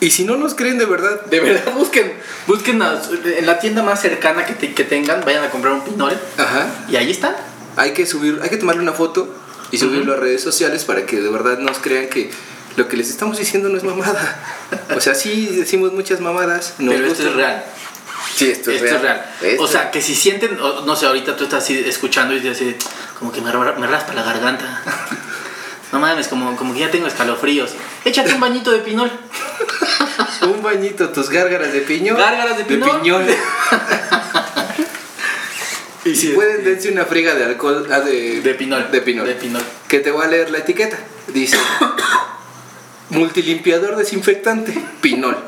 Y si no nos creen de verdad, De verdad, busquen, busquen a- en la tienda más cercana que, te- que tengan, vayan a comprar un pinol ajá, y ahí están. hay que subir, hay que tomarle una foto y subirlo a redes sociales para que de verdad nos crean que lo que les estamos diciendo no es mamada. O sea, sí decimos muchas mamadas, nos Pero esto gusta. es real. Sí, esto es esto real. es real. Esto- O sea, que si sienten, o- no sé, ahorita tú estás así escuchando y dices, así, como que me, ra- me raspa la garganta. No mames, como, como que ya tengo escalofríos. Échate un bañito de pinol. Un bañito, tus gárgaras de piñón. Gárgaras de piñón. y si pueden, dense una friga de alcohol. ah, de, De pinol. De pinol. De pinol. Que te voy a leer la etiqueta. Dice: Multilimpiador desinfectante, pinol.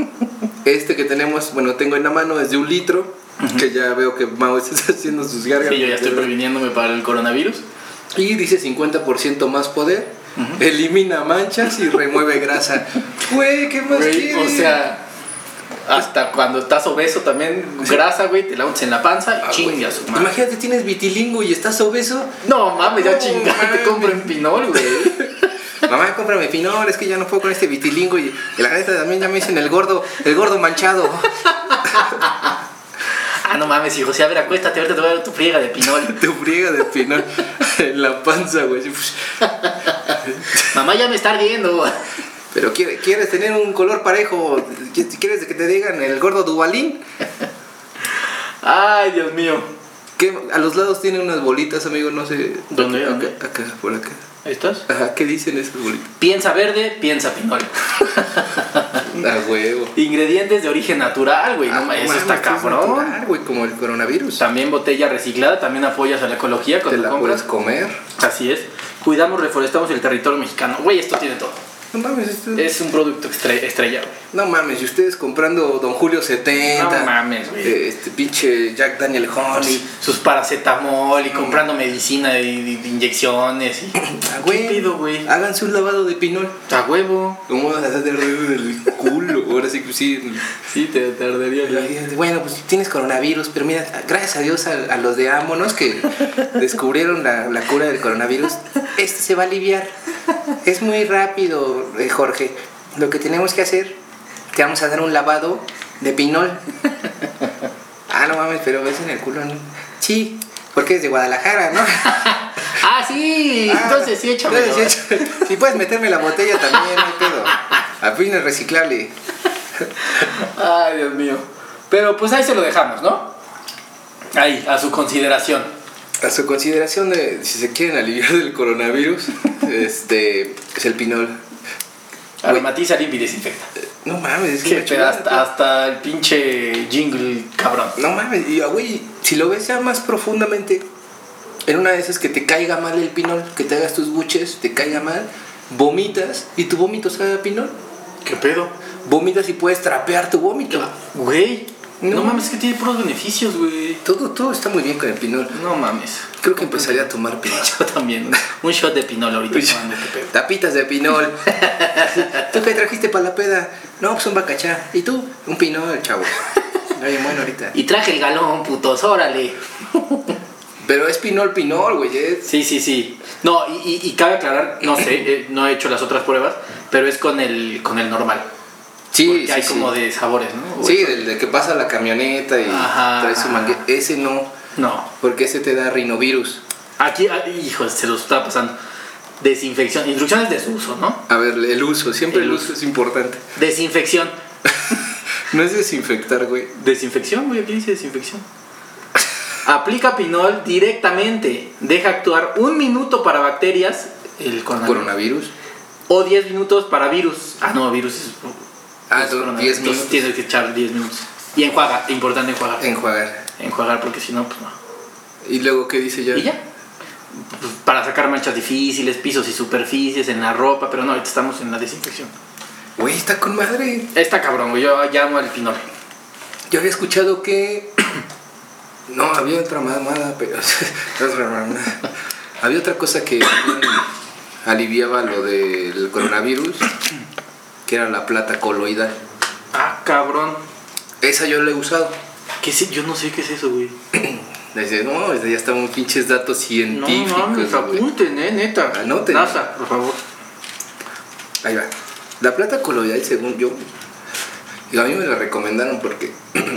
Este que tenemos, bueno, tengo en la mano, es de un litro. Que ya veo que Mao está haciendo sus gárgaras. Sí, yo ya estoy previniéndome para el coronavirus. Y dice 50% más poder, elimina manchas y remueve grasa. Güey, ¿qué más Güey, quieres? o sea, hasta cuando estás obeso también, grasa, güey, te la untas en la panza Ah, y güey, chingas, madre. Imagínate, tienes vitilingo y estás obeso. No mames, ya No, chingaste, mames. te compro en pinol, güey. Mamá, cómprame pinol, es que ya no puedo con este vitilingo y, y la neta también ya me dicen el gordo, el gordo manchado. Ah, no mames, hijo, si a ver, acuéstate, ahorita te voy a dar tu friega de pinol. Te friega de pinol en la panza, güey. Mamá ya me está ardiendo. Pero quiere- quieres tener un color parejo, quieres que te digan el gordo Dubalín, Ay, Dios mío. que a los lados tiene unas bolitas, amigo, no sé. ¿Dónde? Acá, acá, por acá. ¿Estás? Ajá, ¿qué dicen esas bolitas? Piensa verde, piensa pinol. A huevo. Ingredientes de origen natural, güey. Ah, No, Ah, ma- eso mames, está esto es cabrón. natural, güey, como el coronavirus. También botella reciclada, también apoyas a la ecología Te cuando la compras. puedes comer. Así es. Cuidamos, reforestamos el territorio mexicano. Güey, esto tiene todo. No mames, esto- Es un producto estre- estrella, güey. no mames, y ustedes comprando Don Julio 70. No mames, güey. eh, Este pinche Jack Daniel Honey. Sus paracetamol y comprando medicina de, de- de inyecciones. Y... Ah, güey, ¿Qué pedo, güey? Háganse un lavado de pinol. A huevo. ¿Cómo vas a hacer del culo? Ahora sí que sí. Sí, te tardaría Bueno, pues tienes coronavirus, pero mira, gracias a Dios a, a los de Ámonos que descubrieron la, la cura del coronavirus, este se va a aliviar. Es muy rápido, eh, Jorge. Lo que tenemos que hacer, te vamos a dar un lavado de pinol. Ah, no mames, pero ves en el culo, ¿no? Sí, porque es de Guadalajara, ¿no? Ah, sí. entonces sí, échame. Entonces sí, échame. Si puedes meterme la botella también, no hay pedo. A fin es reciclable. Ay, Dios mío. Pero pues ahí se lo dejamos, ¿no? Ahí, a su consideración. A su consideración de si se quieren aliviar del coronavirus, este es el pinol. Güey. Aromatiza, limpia y desinfecta. No mames, es que Que una te- chulada. hasta, hasta el pinche jingle cabrón. No mames, y ah, güey, si lo ves ya más profundamente, en una de esas que te caiga mal el pinol, que te hagas tus buches, te caiga mal, vomitas y tu vómito sabe a pinol. ¿Qué pedo? Vomitas y puedes trapear tu vómito. Güey. No, No. mames, es que tiene puros beneficios, güey. Todo, todo está muy bien con el pinol. No mames. Creo que empezaría a tomar pinol. Yo también. Un shot de pinol ahorita. tomando, qué pedo. Pues Tapitas de pinol. ¿Tú qué trajiste para la peda? No, pues un bacachá. ¿Y tú? Un pinol, chavo. Está bien bueno ahorita. Y traje el galón, putos, órale. Pero es pinol, pinol, güey. es- Sí, sí, sí. No, y, y- y cabe aclarar, no sé, eh, no he hecho las otras pruebas, pero es con el, con el normal. Sí, Porque sí, hay sí. como de sabores, ¿no? Sí, del de que pasa la camioneta y Ajá, trae su ajá. mangue. Ese no, No. porque ese te da rinovirus. Aquí, ah, hijo, se los está pasando. Desinfección, instrucciones de su uso, ¿no? A ver, el uso, siempre El el, uso uso. es importante. Desinfección. No es desinfectar, güey. Desinfección, güey, aquí dice desinfección. Aplica pinol directamente. Deja actuar un minuto para bacterias, el coronavirus. Coronavirus. O 10 minutos para virus. Ah, no, virus es. Ah, es no, coronavirus. 10 Entonces minutos. tienes que echar 10 minutos. Y enjuaga, importante enjuagar. Enjuagar. Enjuagar porque si no, pues no. ¿Y luego qué dice ya? Y ya. Pues, Para sacar manchas difíciles, pisos y superficies, en la ropa, pero no, ahorita estamos en la desinfección. Güey, está con madre. Está cabrón, güey. Yo llamo al pinol. Yo había escuchado que. No, había otra mamada, pero. otra mamada. había otra cosa que también aliviaba lo del coronavirus, que era la plata coloidal. Ah, cabrón. Esa yo la he usado. ¿Qué es- Yo no sé qué es eso, güey. Dice, no, desde ya están pinches datos No científicos. mames, güey". apunten, eh, neta. Anoten. NASA, por favor. Ahí va. La plata coloidal, según yo, y a mí me la recomendaron porque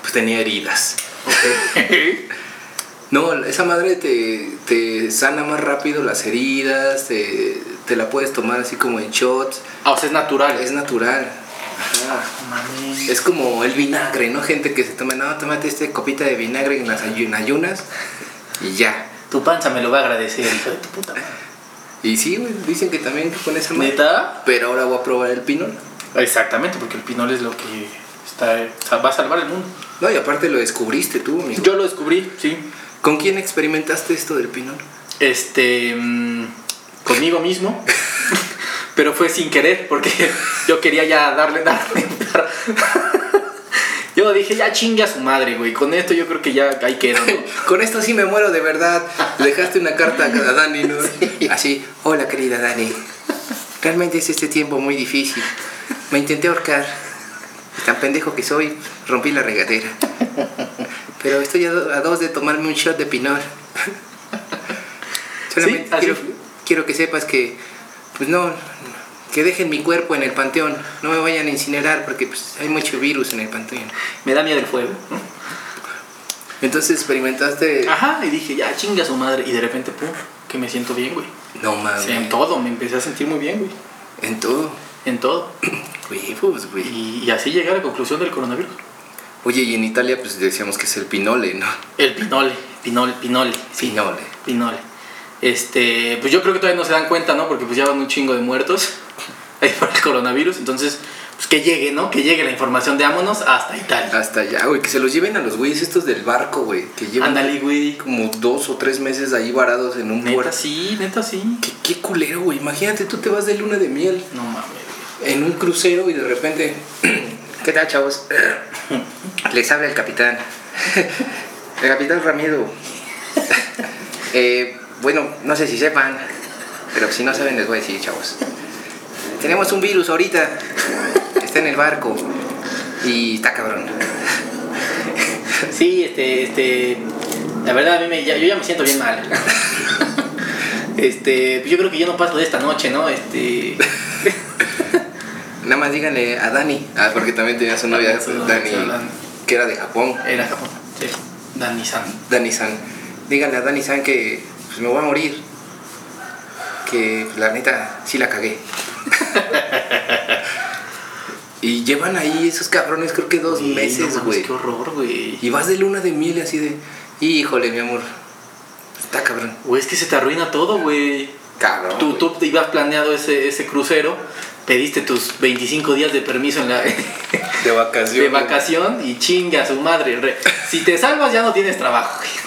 pues tenía heridas. No, esa madre te, te sana más rápido las heridas, te, te la puedes tomar así como en shots, ah, o sea, es natural. Ah, es natural. Ajá. Mames. Es como el vinagre, ¿no? Gente que se toma, no, tómate esta copita de vinagre en las ayun- ayunas y ya. Tu panza me lo va a agradecer, hijo de tu puta madre. Y sí, güey, dicen que también que con esa madre. ¿Neta? Pero ahora voy a probar el pinol. Exactamente, porque el pinol es lo que está, o sea, va a salvar el mundo. No, y aparte lo descubriste tú, amigo. Yo lo descubrí, sí. ¿Con quién experimentaste esto del pinol? Este. mm, conmigo mismo. pero fue sin querer, porque yo quería ya darle, darle. dar- Yo dije, ya chingue a su madre, güey. Con esto yo creo que ya ahí quedo, ¿no? Con esto sí me muero de verdad. Le dejaste una carta a Dani, ¿no? Así, hola querida Dani. Realmente es este tiempo muy difícil. Me intenté ahorcar. Tan pendejo que soy, rompí la regadera. Pero estoy a, do- a dos de tomarme un shot de pinol. Solamente Sí, así quiero, fue. quiero que sepas que, pues no, que dejen mi cuerpo en el panteón. No me vayan a incinerar porque pues, hay mucho virus en el panteón. Me da miedo el fuego, ¿no? Entonces experimentaste... Ajá, y dije, ya chinga su madre. Y de repente, pum, que me siento bien, güey. No mames. Sí, en todo, me empecé a sentir muy bien, güey. En todo. En todo. Huevos, güey. Y, y así llegué a la conclusión del coronavirus. Oye, y en Italia pues decíamos que es el pinole, ¿no? El pinole, pinole, pinole. sí, Pinole. pinole. Este, pues yo creo que todavía no se dan cuenta, ¿no? Porque pues ya van un chingo de muertos ahí por el coronavirus. Entonces, pues que llegue, ¿no? Que llegue la información de Ámonos hasta Italia. Hasta allá, güey, que se los lleven a los güeyes estos del barco, güey, que llevan Ándale, güey. como dos o tres meses ahí varados en un Neta puerto. sí, neta sí. Qué, qué culero, güey, imagínate, tú te vas de luna de miel No mames. güey. en un crucero y de repente, ¿qué tal, chavos? Les habla el capitán. El capitán Ramiro. Eh, bueno, no sé si sepan, pero si no saben les voy a decir, chavos. Tenemos un virus ahorita. Está en el barco. Y está cabrón. Sí, este, este. La verdad, a mí me, ya- yo ya me siento bien mal. Este, pues yo creo que yo no paso de esta noche, ¿no? Este. Nada más díganle a Dani. Ah, porque también tenía su novia, Su novia, Dani, su Dani. que era de Japón. Era Japón. Sí. Dani San. Dani San. Díganle a Dani San que pues, me voy a morir. Que pues, la neta sí la cagué. y llevan ahí esos cabrones creo que dos Güey, no meses, mames, güey. Qué horror, güey. y vas de luna de miel y así de... Híjole, mi amor. Está cabrón. Güey, es que se te arruina todo, güey. Cabrón. Tú, güey. tú te ibas planeado ese, ese crucero, pediste tus 25 días de permiso en la, De vacaciones. de vacación y chinga a su madre. re- Si te salvas ya no tienes trabajo. güey.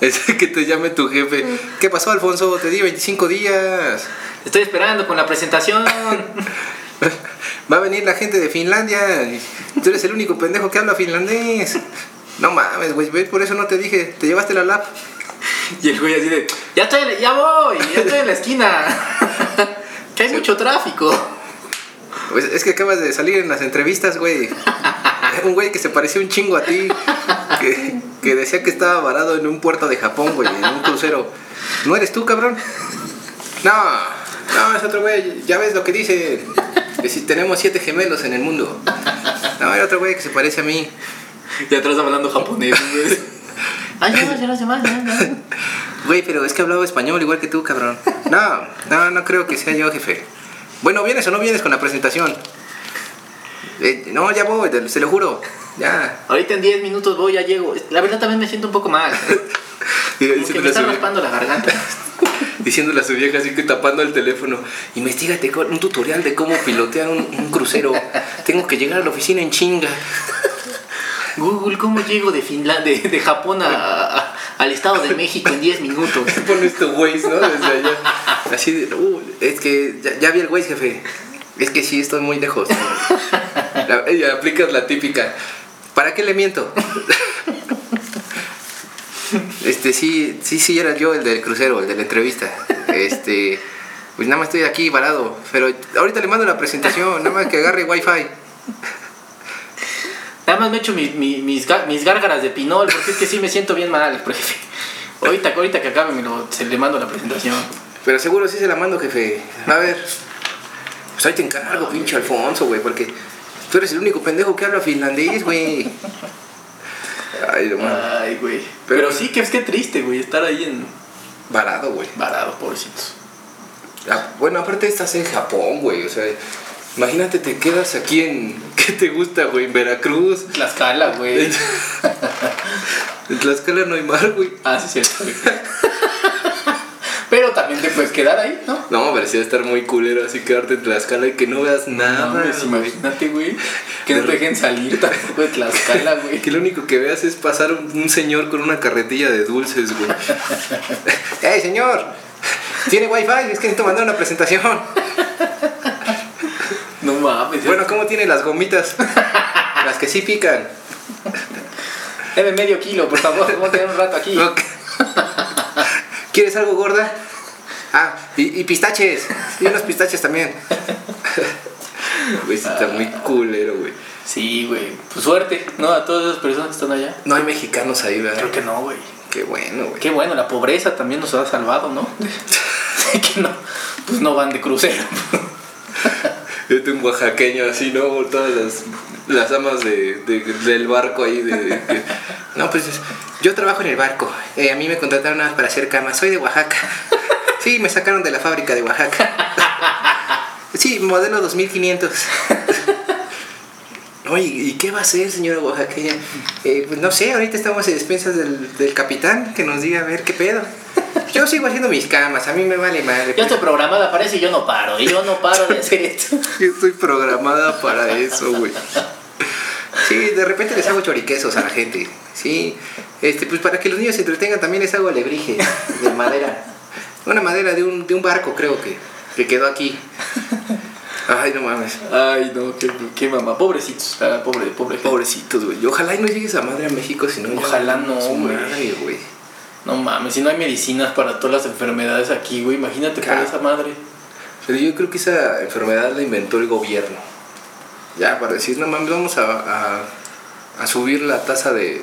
Es que te llame tu jefe. ¿Qué pasó, Alfonso? Te di 25 días. Te Estoy esperando con la presentación. Va a venir la gente de Finlandia. y Tú eres el único pendejo que habla finlandés. No mames, güey. ¿ves? Por eso no te dije. Te llevaste la lap. Y el güey así de, ya, estoy, ya voy, ya estoy en la esquina. que hay mucho tráfico. Pues es que acabas de salir en las entrevistas, güey. Un güey que se parecía un chingo a ti. Que, que decía que estaba varado en un puerto de Japón, güey. En un crucero. ¿No eres tú, cabrón? No. No, es otro güey. Ya ves lo que dice. Que si tenemos siete gemelos en el mundo. No, era otro güey que se parece a mí. Y atrás hablando japonés. güey. Ay, ya, ya, ya, ya, ya. Güey, pero es que hablaba español igual que tú, cabrón. No, no, no creo que sea yo, jefe. Bueno, ¿vienes o no vienes con la presentación? Eh, no, ya voy, te- se lo juro. Ya. Ahorita en 10 minutos voy, ya llego. La verdad también me siento un poco mal. Como que me está raspando la garganta. Diciéndole a su vieja así que tapando el teléfono. Investígate con un tutorial de cómo pilotear un, un crucero. Tengo que llegar a la oficina en chinga. Google, ¿cómo llego de Finlandia, de, de Japón a- a- al Estado de México en 10 minutos? Pones tu este Waze, ¿no? Desde allá. Así de, "Uh, es que ya, ya vi el Waze, jefe. Es que sí, estoy muy lejos. La- y aplicas la típica. ¿Para qué le miento? Este, sí, sí, sí, era yo el del crucero, el de la entrevista. Este, pues nada más estoy aquí varado. Pero ahorita le mando la presentación, nada más que agarre wifi. Nada más me echo mi- mi- mis, ga- mis gárgaras de pinol, porque es que sí me siento bien mal, profe. Ahorita, ahorita que acabe, me lo, se le mando la presentación. Pero seguro sí se la mando, jefe. A ver. Pues ahí te encargo, pinche Alfonso, güey, porque tú eres el único pendejo que habla finlandés, güey. Ay, hermano. Ay, güey. Pero- Pero, sí, que es que triste, güey, estar ahí en Varado, güey. varado, pobrecitos. Ah, Bueno, aparte estás en Japón, güey. O sea, imagínate, te quedas aquí en. ¿Qué te gusta, güey? En Veracruz. Tlaxcala, güey. En Tlaxcala no hay mar, güey. Ah, sí, es cierto. güey. te puedes quedar ahí, ¿no? No, pero sí debe estar muy culero así quedarte en Tlaxcala y que no veas nada. No, pues imagínate, güey. Que no te dejen salir tampoco de Tlaxcala, güey. Que lo único que veas es pasar un un señor con una carretilla de dulces, güey. ¡Ey, señor! ¿Tiene wifi? Es que necesito mandar una presentación. No mames. Bueno, ¿cómo tiene las gomitas? Las que sí pican. deme medio kilo, por favor. Vamos a tener un rato aquí. Ok. ¿Quieres algo gorda? Ah, y, y pistaches. Y unos pistaches también. Güey, sí está muy culero, güey. Sí, güey. Pues suerte, ¿no? A todas esas personas que están allá. No hay mexicanos ahí, ¿verdad? Creo que no, güey. Qué bueno, güey. Qué bueno, la pobreza también nos ha salvado, ¿no? De que no, pues no van de crucero. Yo tengo un oaxaqueño así, ¿no? Por Todas las, las amas de, de- del barco ahí. De, de- No, pues yo trabajo en el barco. Eh, a mí me contrataron nada más para hacer camas. Soy de Oaxaca. Sí, me sacaron de la fábrica de Oaxaca. Sí, modelo 2500. Oye, ¿y qué va a hacer, señora oaxaqueña? Eh, pues no sé, ahorita estamos en despensas del, del capitán que nos diga a ver qué pedo. Yo sigo haciendo mis camas, a mí me vale madre. pues. Yo estoy programada para eso y yo no paro. Y yo no paro de hacer esto. Yo estoy programada para eso, güey. Sí, de repente les hago choriquesos a la gente. Sí, este, pues para que los niños se entretengan también les hago alebrije de madera. Una madera de un, de un barco, creo que, que quedó aquí. Ay, no mames. Ay, no, qué, qué mamá. Pobrecitos. ah, Pobre, pobre. gente. Pobrecitos, güey. Ojalá y no llegue esa madre a México, si no. ya- Ojalá no, su güey. madre, güey. No mames, si no hay medicinas para todas las enfermedades aquí, güey. Imagínate para Claro. esa madre. Pero yo creo que esa enfermedad la inventó el gobierno. Ya, para decir, no mames, vamos a, a, a subir la tasa de.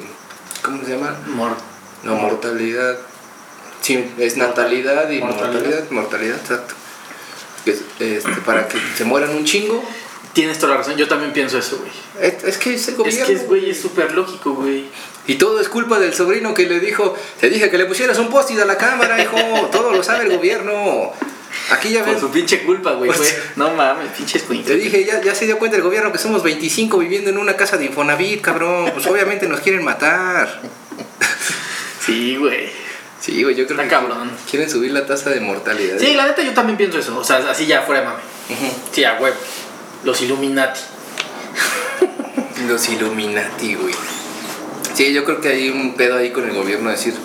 ¿Cómo se llama? Mor- No, mortalidad. Sí, es natalidad y mortalidad, Mortalidad. mortalidad, exacto. Que es, este, para que se mueran un chingo. Tienes toda la razón. Yo también pienso eso, güey. Es, es que es el Es gobierno. que, es, güey, es súper lógico, güey. Y todo es culpa del sobrino que le dijo, te dije que le pusieras un post-it a la cámara, hijo, todo lo sabe el gobierno. Aquí ya Por ves, su pinche culpa, güey. Por fue- su- No mames, pinches te cuintas. dije, ya, ya se dio cuenta el gobierno que somos 25 viviendo en una casa de Infonavit, cabrón. Pues obviamente nos quieren matar. Sí, güey. Sí, güey, yo creo Está que cabrón. quieren subir la tasa de mortalidad. Sí, la neta yo también pienso eso. O sea, así ya fuera de mame. Ujú. Sí, a huevo. Los Illuminati. Los Illuminati, güey. Sí, yo creo que hay un pedo ahí con el gobierno decir.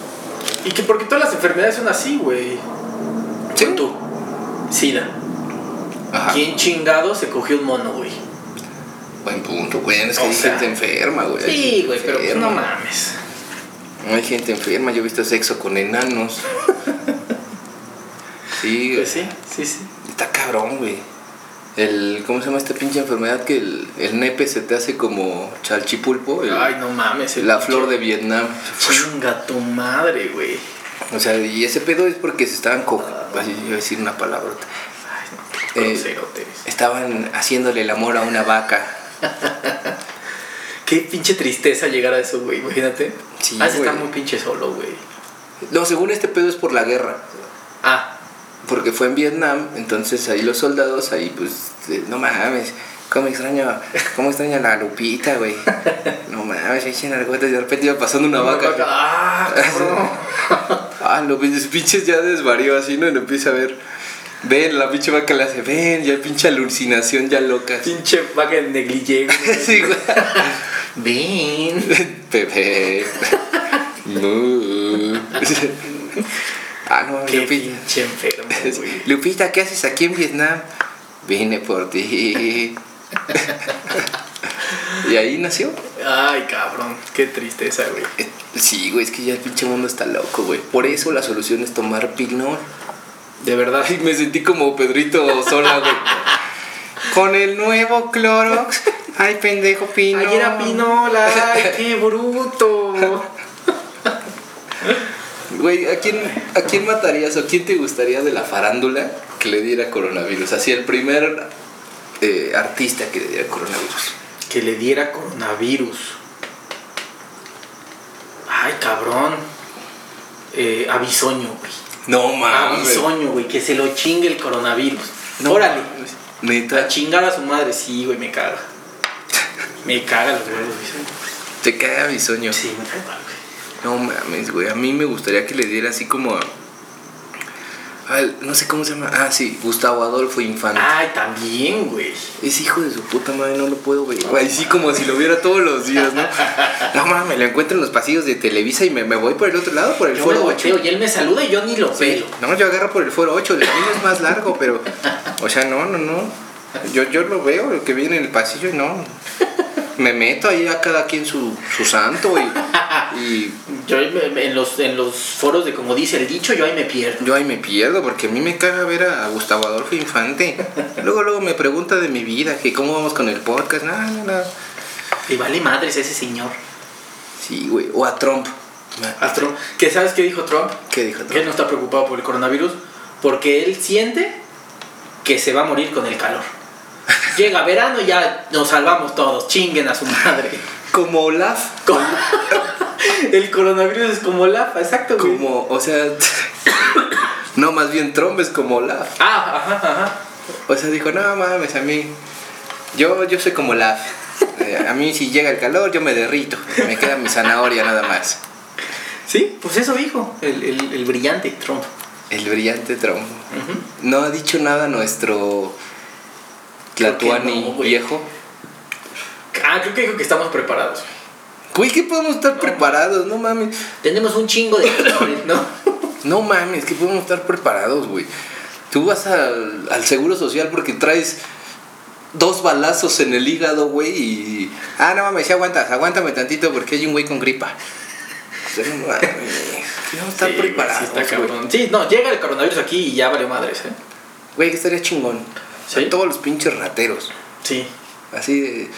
Y que porque todas las enfermedades son así, güey. Sí. Pon tú. Sida. Ajá. ¿Quién chingado se cogió un mono, güey? Buen punto, güey. Es que O hay sea. gente enferma, güey. Hay Sí, gente güey, pero pues enferma. no mames. Hay gente enferma. Yo he visto sexo con enanos. sí, Pues sí, sí, sí. está cabrón, güey. El, ¿Cómo se llama esta pinche enfermedad que el, el nepe se te hace como chalchipulpo? El- Ay, no mames. el la pinche- flor de Vietnam. Chinga tu madre, güey. O sea, y ese pedo es porque se estaban co- así iba a decir una palabrota. Ay, no, Eh, qué groserote eres. Estaban haciéndole el amor a una vaca. Qué pinche tristeza llegar a eso, güey. Imagínate. Sí, Has de estar güey. muy pinche solo, güey. No, según este pedo es por la guerra. Ah, Porque fue en Vietnam, entonces ahí los soldados, ahí pues, eh, no mames, cómo extraño, cómo extraño a la Lupita, güey. No mames, echen algo, y de repente iba pasando una vaca. Ah, cabrón. Ah, los pinches- pinches ya desvarió así, ¿no? Y lo empieza a ver. Ven, la pinche vaca le hace, ven, ya pinche alucinación ya loca. Pinche vaca de negligé. güey. Sí, güey. Ven. Pepe. Mu. Ah, no, Qué Lupita. pinche enfermo, güey. Lupita, ¿qué haces aquí en Vietnam? Vine por ti. y ahí nació. Ay, cabrón. Qué tristeza, güey. Eh, Sí, güey, es que ya el pinche mundo está loco, güey. Por eso la solución es tomar Pinot. De verdad. Ay, me sentí como Pedrito sola, güey. Con el nuevo Clorox. Ay, pendejo Pino. Ayer era Pinola. Ay, qué bruto. Güey, ¿a quién, ¿a quién matarías o quién te gustaría de la farándula que le diera coronavirus? Así, el primer eh, artista que le diera coronavirus. Que le diera coronavirus. Ay, cabrón. Eh, a Bisoño, güey. No A mames. Bisoño, güey. Que se lo chingue el coronavirus. Ah, No Órale. mames. A Neta, chingar a su madre. Sí, güey, me caga. Me caga los huevos, Bisoño. te cae a bisoño. Sí, me caga, güey. No mames, güey. A mí me gustaría que le diera así como a, al- no sé cómo se llama. Ah, sí, Gustavo Adolfo Infante. Ay, también, güey. Es hijo de su puta madre, no lo puedo ver. Ay, sí, como si lo viera todos los días, ¿no? No mames, lo encuentro en los pasillos de Televisa y me, me voy por el otro lado, por el Yo lo foro 8. volteo y él me saluda y yo ni lo Sí, veo. no, yo agarro por el foro 8, el camino es más largo, pero. O sea, no, no, no. Yo, yo lo veo, el que viene en el pasillo y no. Me meto ahí a cada quien su, su santo y, y Yo ahí me- me- en los, en los foros de como dice el dicho, yo ahí me pierdo. yo ahí me pierdo porque a mí me caga ver a, a Gustavo Adolfo Infante. Luego, luego me pregunta de mi vida, que cómo vamos con el podcast, nada, nada, nada. Y vale madres ese señor. Sí, güey. O a Trump. A Trump. ¿Qué sabes qué dijo Trump? ¿Qué dijo Que él Trump? no está preocupado por el coronavirus porque él siente que se va a morir con el calor. Llega verano y ya nos salvamos todos. Chinguen a su madre. Como Olaf. Como- el coronavirus es como la exacto, güey. Como, o sea. no, más bien Trump es como Olaf. Ah, ajá, ajá. O sea, dijo, no mames, a mí. Yo, yo soy como la. eh, A mí si llega el calor, yo me derrito. Me queda mi zanahoria nada más. Sí, pues eso dijo el, el- el brillante Trump. El brillante Trump. No ha dicho nada nuestro Creo que Tlatuani no, güey. viejo. Ah, creo que dijo que estamos preparados. Güey, que podemos estar preparados, no mames. Tenemos un chingo de calores, ¿no? No mames, que podemos estar preparados, güey. Tú vas al, al seguro social porque traes dos balazos en el hígado, güey, y. Ah, no mames, sí aguantas, aguántame tantito porque hay un güey con gripa. O sea, no mames, que vamos a estar Sí, güey, preparados, sí está güey. cabrón. Sí, no, llega el coronavirus aquí y ya valió madres, ¿eh? Güey, que estaría chingón. O sea, Sí. Todos los pinches rateros. Sí, Así, de-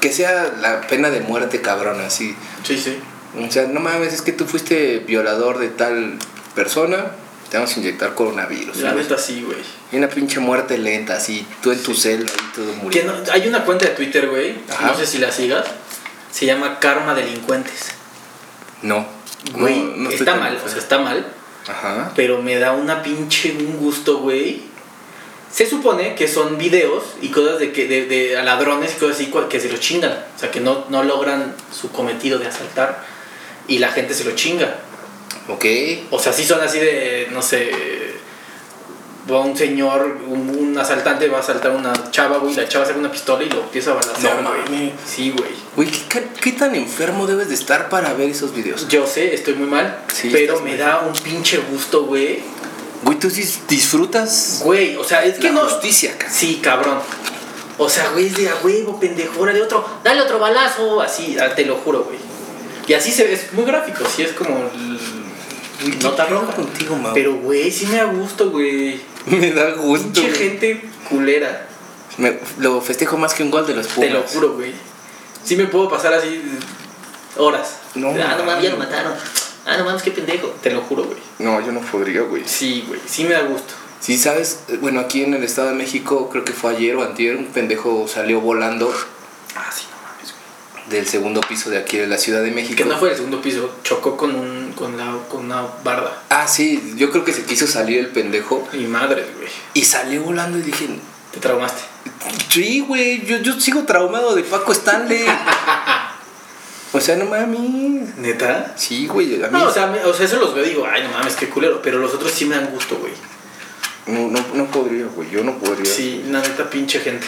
que sea la pena de muerte, cabrón, así. sí, sí. O sea, no mames, es que tú fuiste violador de tal persona, te vamos a inyectar coronavirus. La güey. neta sí, güey. Y una pinche muerte lenta, así, tú en tu celda y todo Que muriendo. no- hay una cuenta de Twitter, güey. Ajá. No sé si la sigas. Se llama Karma Delincuentes. No. Güey, No, no estoy está tan- mal, o sea, está mal. Ajá. Pero me da una pinche un gusto, güey. Se supone que son videos y cosas de que de, de a ladrones y cosas así cual- que se lo chingan. O sea, que no, no logran su cometido de asaltar y la gente se lo chinga. Ok. O sea, sí son así de, no sé, va un señor, un, un asaltante va a asaltar a una chava, güey, la chava saca una pistola y lo empieza a balasear, No güey. mames. Sí, güey. Güey, ¿qué, ca- qué tan enfermo debes de estar para ver esos videos? Yo sé, estoy muy mal, Sí, pero estás me mal. da un pinche gusto, güey. Güey, tú sí disfrutas Güey, o sea, es que la no... justicia, cabrón. Sí, cabrón. O sea, güey, es de a huevo, pendejo, de otro, dale otro balazo, así, ah, te lo juro, güey. Y así se ve, es muy gráfico, sí, es como... Güey, ¿qué Nota pedo roja. contigo, Mau? Pero, güey, sí me da gusto, güey. Me da gusto. Pinche güey. gente culera. Me- lo festejo más que un gol de los Pumas. Te lo juro, güey. Sí me puedo pasar así eh, horas. No, ah, no mames, ya lo mames. mataron. Ah, no mames, qué pendejo. Te lo juro, güey. No, yo no podría, güey. Sí, güey. Sí me da gusto. Si sabes, Eh, bueno, aquí en el Estado de México, creo que fue ayer o antier, un pendejo salió volando Ah, sí, no mames, güey. del segundo piso de aquí de la Ciudad de México. Que no fue del segundo piso. Chocó con, un, con, la, con una barda. Ah, sí, yo creo que se quiso salir el pendejo Mi madre, güey. y salió volando y dije, Te traumaste. sí, güey, yo, yo sigo traumado de Paco Stanley. o sea, no mames. ¿Neta? Sí, güey, a mí No, o sea, me- o sea, eso los veo y digo, ay, no mames, qué culero. Pero los otros sí me dan gusto, güey. no, no, no podría, güey, yo no podría. Sí, la neta, pinche gente.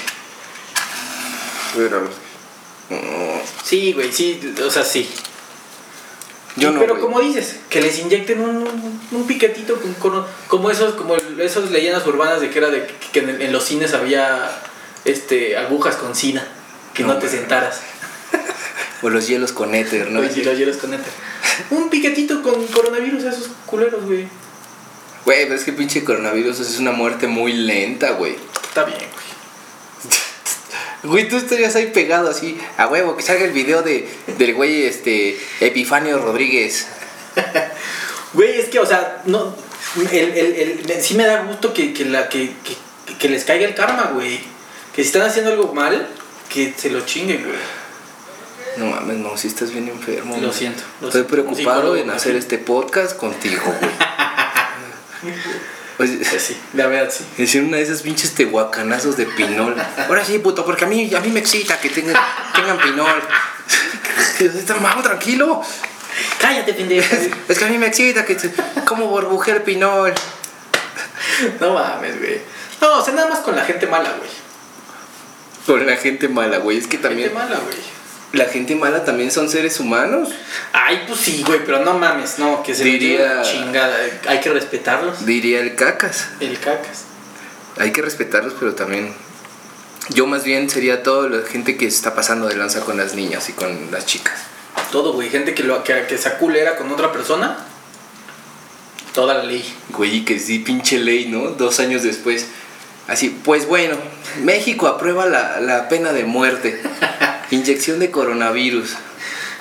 Pero, Sí, güey, sí, o sea, sí. yo Y no. pero güey. como dices, que les inyecten un, un piquetito con- con- como esos como el- esos leyendas urbanas de que era de que en, en los cines había este agujas con sina, que no, No, te güey. sentaras. O los hielos con éter, ¿no? No, y los hielos con éter. Un piquetito con coronavirus a esos culeros, güey. Güey, pero es que pinche coronavirus es una muerte muy lenta, güey. Está bien, güey. Güey, tú estarías ahí pegado así, a huevo, que salga el video de, del güey este, Epifanio Rodríguez. Güey, es que, o sea, no el, el- el- me- sí me da gusto que, que la que, que- que les caiga el karma, güey. Que si están haciendo algo mal, que se lo chinguen, güey. No mames, no, si estás bien enfermo. Lo güey. siento, lo Estoy siento. Un preocupado psicólogo, en ¿no? hacer este podcast contigo, güey. Oye, Pues sí, la verdad sí. hicieron una de esas pinches tehuacanazos de pinol. Ahora sí, puto, porque a mí, a mí me excita que tengan, tengan pinol. Está mamá, tranquilo. Cállate, pendejo. Es que a mí me excita que te- como burbujear pinol. No mames, güey. No, o sea, nada más con la gente mala, güey. Con la gente mala, güey. Es que Gente también. mala, güey. La gente mala también son seres humanos. Ay, pues sí, güey, pero no mames, no, que se Diría- Diría... la chingada. Hay que respetarlos. Diría el cacas. El cacas. Hay que respetarlos, pero también. Yo más bien sería toda la gente que está pasando de lanza con las niñas y con las chicas. Todo, güey. Gente que, lo, que, que sea culera con otra persona. Toda la ley. Güey, y que sí, pinche ley, ¿no? Dos años después. Así, pues bueno, México aprueba la, la pena de muerte. Inyección de coronavirus.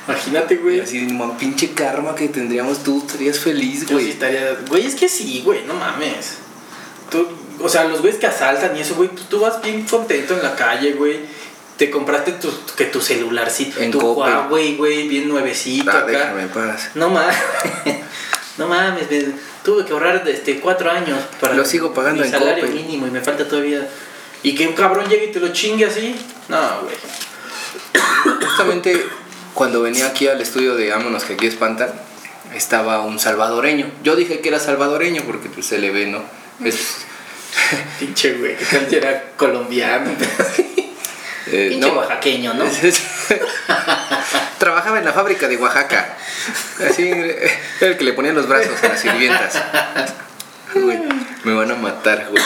Imagínate, Y güey. así, no, pinche karma que tendríamos, tú estarías feliz, Yo sí güey. estaría- Güey, es que sí, güey, no mames. Tú, o sea, los güeyes que asaltan y eso, güey, pues tú vas bien contento en la calle, güey. Te compraste tu, que tu celularcito, En tu Coppel. Huawei, güey, bien nuevecito Ah, acá. déjame en paz. No mames. No mames, me- tuve que ahorrar este cuatro años para Lo sigo pagando mi en salario Coppel. mínimo y me falta todavía. Y que un cabrón llegue y te lo chingue así. No, güey. Justamente cuando venía aquí al estudio de Ámonos que aquí espantan, estaba un salvadoreño. Yo dije que era salvadoreño porque pues, se le ve, ¿no? Es, Pinche güey, que tal si era colombiano. eh, Pinche no. oaxaqueño, ¿no? Trabajaba en la fábrica de Oaxaca. Así eh, era el que le ponían los brazos a las sirvientas. Güey, me van a matar, güey.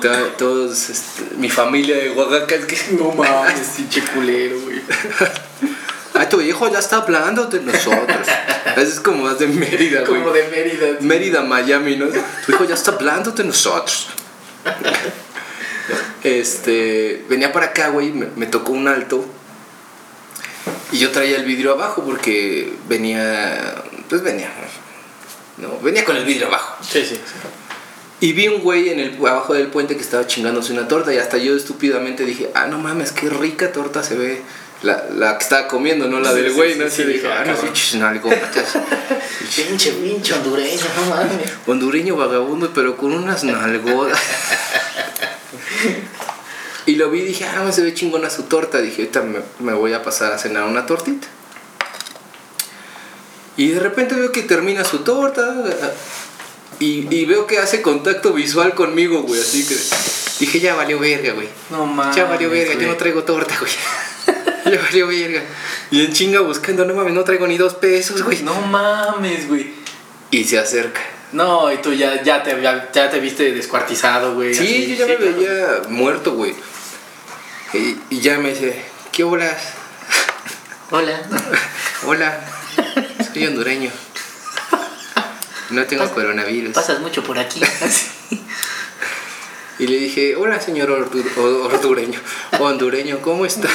To- Todos, este, mi familia de Oaxaca es que No mames, pinche culero, güey. Ah, tu hijo ya está hablando de nosotros. Eso es como más de Mérida, güey. Como de Mérida. Mérida, Miami, ¿no? Tu hijo ya está hablando de nosotros. Este, venía para acá, güey, me, me tocó un alto. Y yo traía el vidrio abajo porque venía, pues venía. No, venía con el vidrio abajo. Sí, sí. Y vi un güey en el abajo del puente que estaba chingándose una torta y hasta yo estúpidamente dije, "Ah, no mames, qué rica torta se ve." La, la que estaba comiendo, no la Sí, del sí, güey, sí, no sí, sé, dije, dije, "Ah, "Ah, no cabrón". pinches nalgotas". Pinche, pinche hondureño, no mames. hondureño vagabundo, pero con unas nalgodas. y lo vi y dije, ah, se ve chingona su torta. Dije, ahorita me, me voy a pasar a cenar una tortita. Y de repente veo que termina su torta. Y, y veo que hace contacto visual conmigo, güey. Así que dije, ya valió verga, güey. No Ah, mames. Ya valió verga, yo no traigo torta, güey. ya valió verga. Y en chinga buscando, no mames, no traigo ni dos pesos, güey. No mames, güey. Y se acerca. No, y tú ya, ya, te, ya, ya te viste descuartizado, güey. Sí, así. yo ya me claro. veía muerto, güey. Y, y ya me dice, ¿qué hola? Hola. Hola, soy hondureño. No tengo coronavirus. Pasas mucho por aquí. Y le dije, hola señor ordu- o- hondureño, hondureño, ¿cómo está?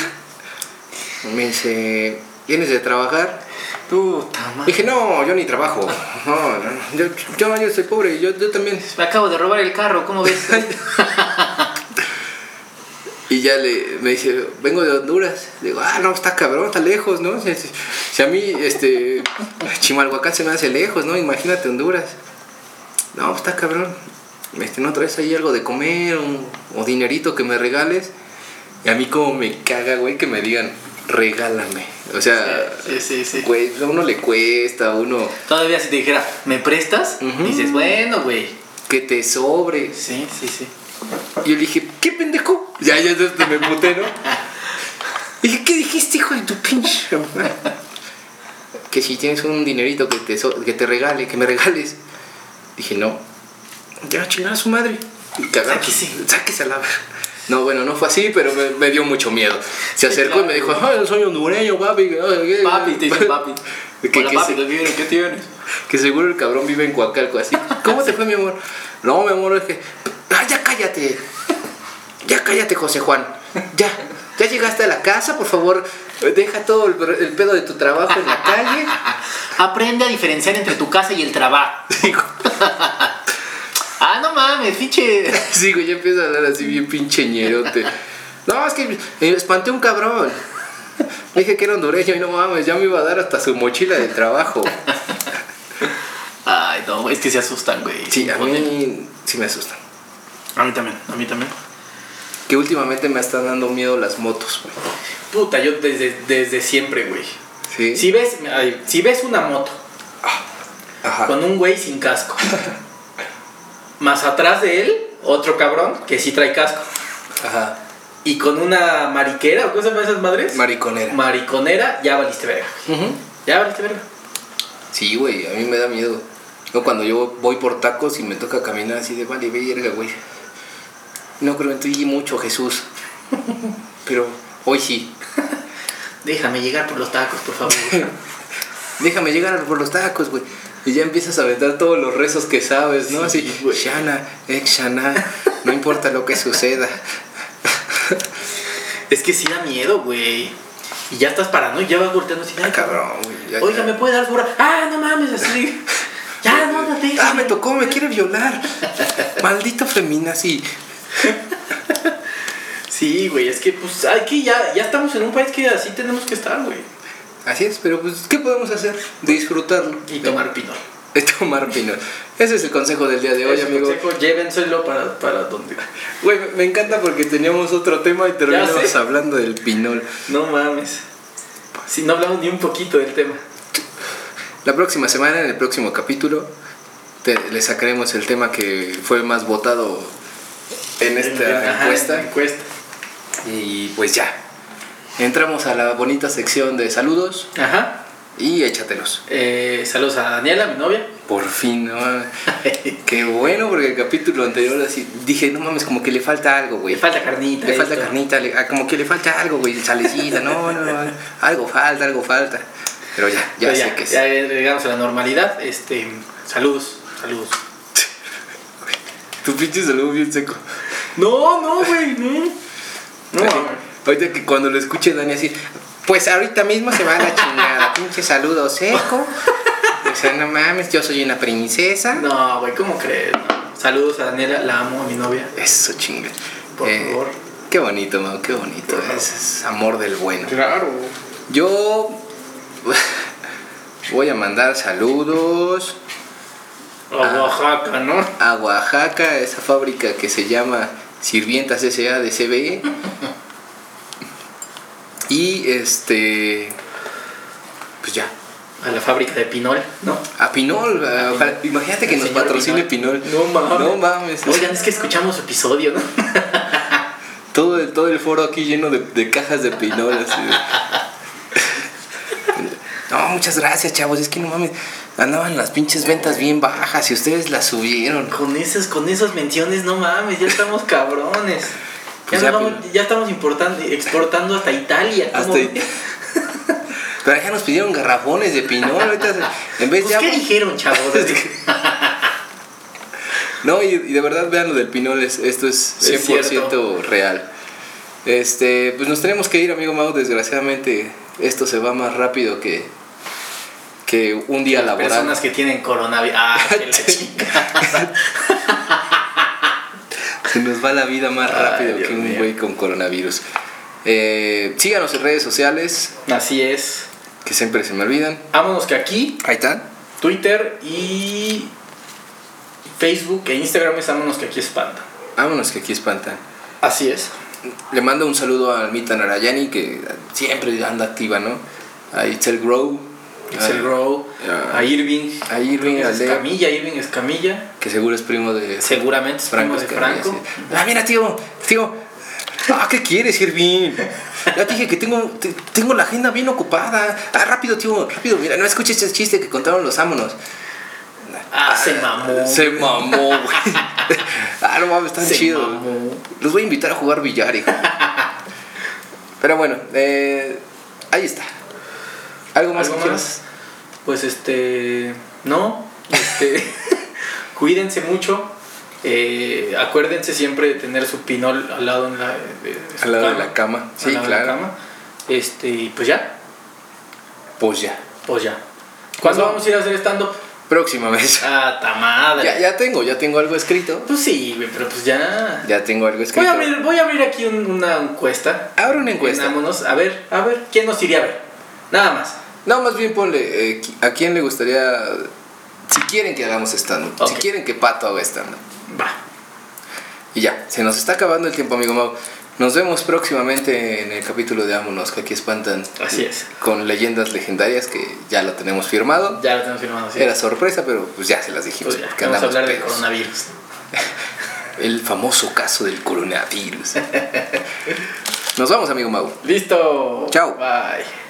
Me dice, ¿vienes de trabajar? Puta madre. Dije, no, yo ni trabajo. No, no, no. Yo, yo, yo soy pobre, yo, yo también. Me acabo de robar el carro, ¿cómo ves? Y ya le, me dice, vengo de Honduras. Le digo, ah, no, está cabrón, está lejos, ¿no? Si, si- si a mí, este, Chimalhuacán se me hace lejos, ¿no? Imagínate Honduras. No, está cabrón. Este, ¿no traes ahí algo de comer un- o dinerito que me regales? Y a mí como me caga, güey, que me digan, regálame. O sea, Sí, sí, sí. güey, a uno le cuesta, a uno Todavía si te dijera, ¿me prestas? Ujú. Dices, bueno, güey. que te sobre. Sí, sí, sí. Y yo le dije, ¿qué pendejo? Ya, ya, ya me puté, ¿no? dije, ¿qué dijiste, hijo de tu pinche? madre?" que si tienes un dinerito que te, so- que te regale, que me regales. Dije, no. Ya, chingar a su madre. Y cagaron. Sáquese. Sáquese a la verga. No, bueno, no fue así, pero me, me dio mucho miedo. Se acercó y me dijo, ah, yo soy hondureño, papi. que no sé qué". Papi, te dicen papi. ¿Qué- Hola, qué papi, se- ¿qué tienes? ¿Qué tienes? que seguro el cabrón vive en Coacalco, así. ¿Cómo te fue, mi amor? No, mi amor, es que. ¡Ah, ya cállate! Ya cállate, José Juan. Ya. Ya llegaste a la casa, por favor, deja todo el, el pedo de tu trabajo en la calle. Aprende a diferenciar entre tu casa y el trabajo. Sí, güey. Ah, no mames, fiche. Sí, güey, ya empieza a hablar así bien pinche ñerote. No, es que eh, espanté a un cabrón. Dije que era hondureño y no mames, ya me iba a dar hasta su mochila del trabajo. Ay, no, es que se asustan, güey. Sí, a mí sí me asustan. A mí también, a mí también. Que últimamente me están dando miedo las motos, güey. Puta, yo desde, desde siempre, güey. Sí. Si ves, ay, si ves una moto Ajá. con un güey sin casco Más atrás de él, otro cabrón que sí trae casco. Ajá. Y con una mariquera, ¿o cómo se llaman esas madres? Mariconera. Mariconera, ya valiste verga. Ujú. Ya valiste verga. Sí, güey, a mí me da miedo. No, cuando yo voy por tacos y me toca caminar así de vale, verga, güey. No creo en ti mucho, Jesús. Pero hoy sí. Déjame llegar por los tacos, por favor. Déjame llegar por los tacos, güey. Y ya empiezas a aventar todos los rezos que sabes, ¿no? Sí, así, güey. Shana, ex Shana, no importa lo que suceda. es que sí da miedo, güey. Y ya estás paranoico, ya vas volteando así. Ah, ay, cabrón, güey. ya- Oiga, ¿me puede dar su hora? Ah, no mames, así. ya, no, no te Ah, me tocó, me quiere violar. Maldito feminazi. Sí, güey, es que pues aquí ya, ya estamos en un país que así tenemos que estar, güey. Así es, pero pues, ¿qué podemos hacer? Disfrutarlo. Y tomar pinol. Es tomar pino. Ese es el consejo del día de hoy, Ese amigo. consejo, llévenselo para, para donde. Güey, me- me encanta porque teníamos otro tema y terminamos sé. hablando del pinol. No mames. Si no hablamos ni un poquito del tema. La próxima semana, en el próximo capítulo, te- le sacaremos el tema que fue más votado en esta Ajá, encuesta. en la encuesta. Y pues ya. Entramos a la bonita sección de saludos Ajá. y échatelos. Eh, saludos a Daniela, mi novia. Por fin, ¿no? Qué bueno, porque el capítulo anterior así, dije, no mames, como que le falta algo, güey. Le falta carnita. Le falta esto. carnita, le- ah, como que le falta algo, güey, salecita, no, no, no, algo falta, algo falta. Pero ya, ya Pero sé ya, que sí. ya llegamos a la normalidad. Este, saludos, saludos. Tu pinche saludo bien seco. No, no, güey, no. No, Así, ahorita que cuando lo escuche Dani así, pues ahorita mismo se va a la chingada, pinche saludo seco. O sea, no mames, yo soy una princesa. no, güey, ¿cómo crees? No. Saludos a Daniela, la amo, a mi novia. Eso chingue. Por favor. Qué bonito, Mau, qué bonito. Por favor. Ese es amor del bueno. Claro. Yo voy a mandar saludos. A Ah. Oaxaca, ¿no? a Oaxaca, esa fábrica que se llama Sirvientas S.A. de CBE. Y este. Pues ya. A la fábrica de Pinol, ¿no? A Pinol, a- ojalá- imagínate que Al nos señor patrocine Pinol. Pinol. No mames. No mames. Oigan, es que escuchamos su episodio, ¿no? Todo el, todo el foro aquí lleno de, de cajas de Pinol. así de- No, muchas gracias, chavos. Es que no mames. Andaban las pinches ventas bien bajas y ustedes las subieron. Con esas, con esas menciones, no mames, ya estamos cabrones. Pues ya, ya, nos vamos- ya estamos importando, exportando hasta Italia. ¿cómo Hasta ves? ahí. Pero ya nos pidieron garrafones de pinol. Ahorita, se- en vez Pues, de ¿Qué agua- dijeron, chavos? No, y, y de verdad vean lo del pinol. es- esto es Es 100% real. Este, pues nos tenemos que ir, amigo Mau. Desgraciadamente, esto se va más rápido que, que un día laboral. Personas que tienen coronavirus. Ah, que la chingada. Se nos va la vida más Ay, rápido Dios que un mío. güey con coronavirus. Eh, síganos en redes sociales, Así es. que siempre se me olvidan. Vámonos que aquí, Ahí están. Twitter y Facebook e Instagram es vámonos que aquí espanta. Vámonos que aquí espantan. Así es. Le mando un saludo a Almita Narayani, que siempre anda activa, ¿no? A Itzel Grow. Excel a- Grow, ah. a Irving. A Irving Es Aldea, Escamilla, Irving Escamilla. que seguro es primo de Seguramente es primo de Escamilla, Franco. sí. Ah, mira, tío, tío. Ah, ¿qué quieres, Irving? Ya te dije que tengo, te- tengo la agenda bien ocupada. Ah, rápido, tío, rápido. Mira, no escuches ese chiste que contaron los ámonos. Ah, se mamó. Se mamó, güey. Ah, no mames, están Se chidos. mamó. Los voy a invitar a jugar billar, hijo. Pero bueno, eh, ahí está. ¿Algo más ¿Algo que más? quieras? Pues este. No. Este, cuídense mucho. eh, acuérdense siempre de tener su pinol al lado, en la, de, de su Al lado de la cama. Sí, al lado de la claro. cama. Este, y pues ya. Pues ya. Pues ya. ¿Cuándo Pues vamos a ir a hacer stand-up? Próxima vez. Ah, ta madre. Ya, ya tengo, ya tengo algo escrito. Pues sí, güey, pero pues ya. Ya tengo algo Voy escrito. a abrir, voy a abrir aquí un- una encuesta. Abre Ah, una encuesta. Vámonos, a ver, a ver, ¿quién nos iría a ver? Nada más. No, más bien ponle eh, qui- a quién le gustaría. Si quieren que hagamos stand-up. Si Ok. quieren que Pato haga stand-up. Va. Y ya, se nos está acabando el tiempo, amigo Mau. Nos vemos próximamente en el capítulo de Ámonos, que aquí espantan. Así es. Con leyendas legendarias que ya lo tenemos firmado. Ya lo tenemos firmado. así. Era sorpresa, pero pues ya se las dijimos. Pues ya, porque vamos a andamos hablar de pedos. coronavirus. El famoso caso del coronavirus. Nos vamos, amigo Mau. Listo. Chao. Bye.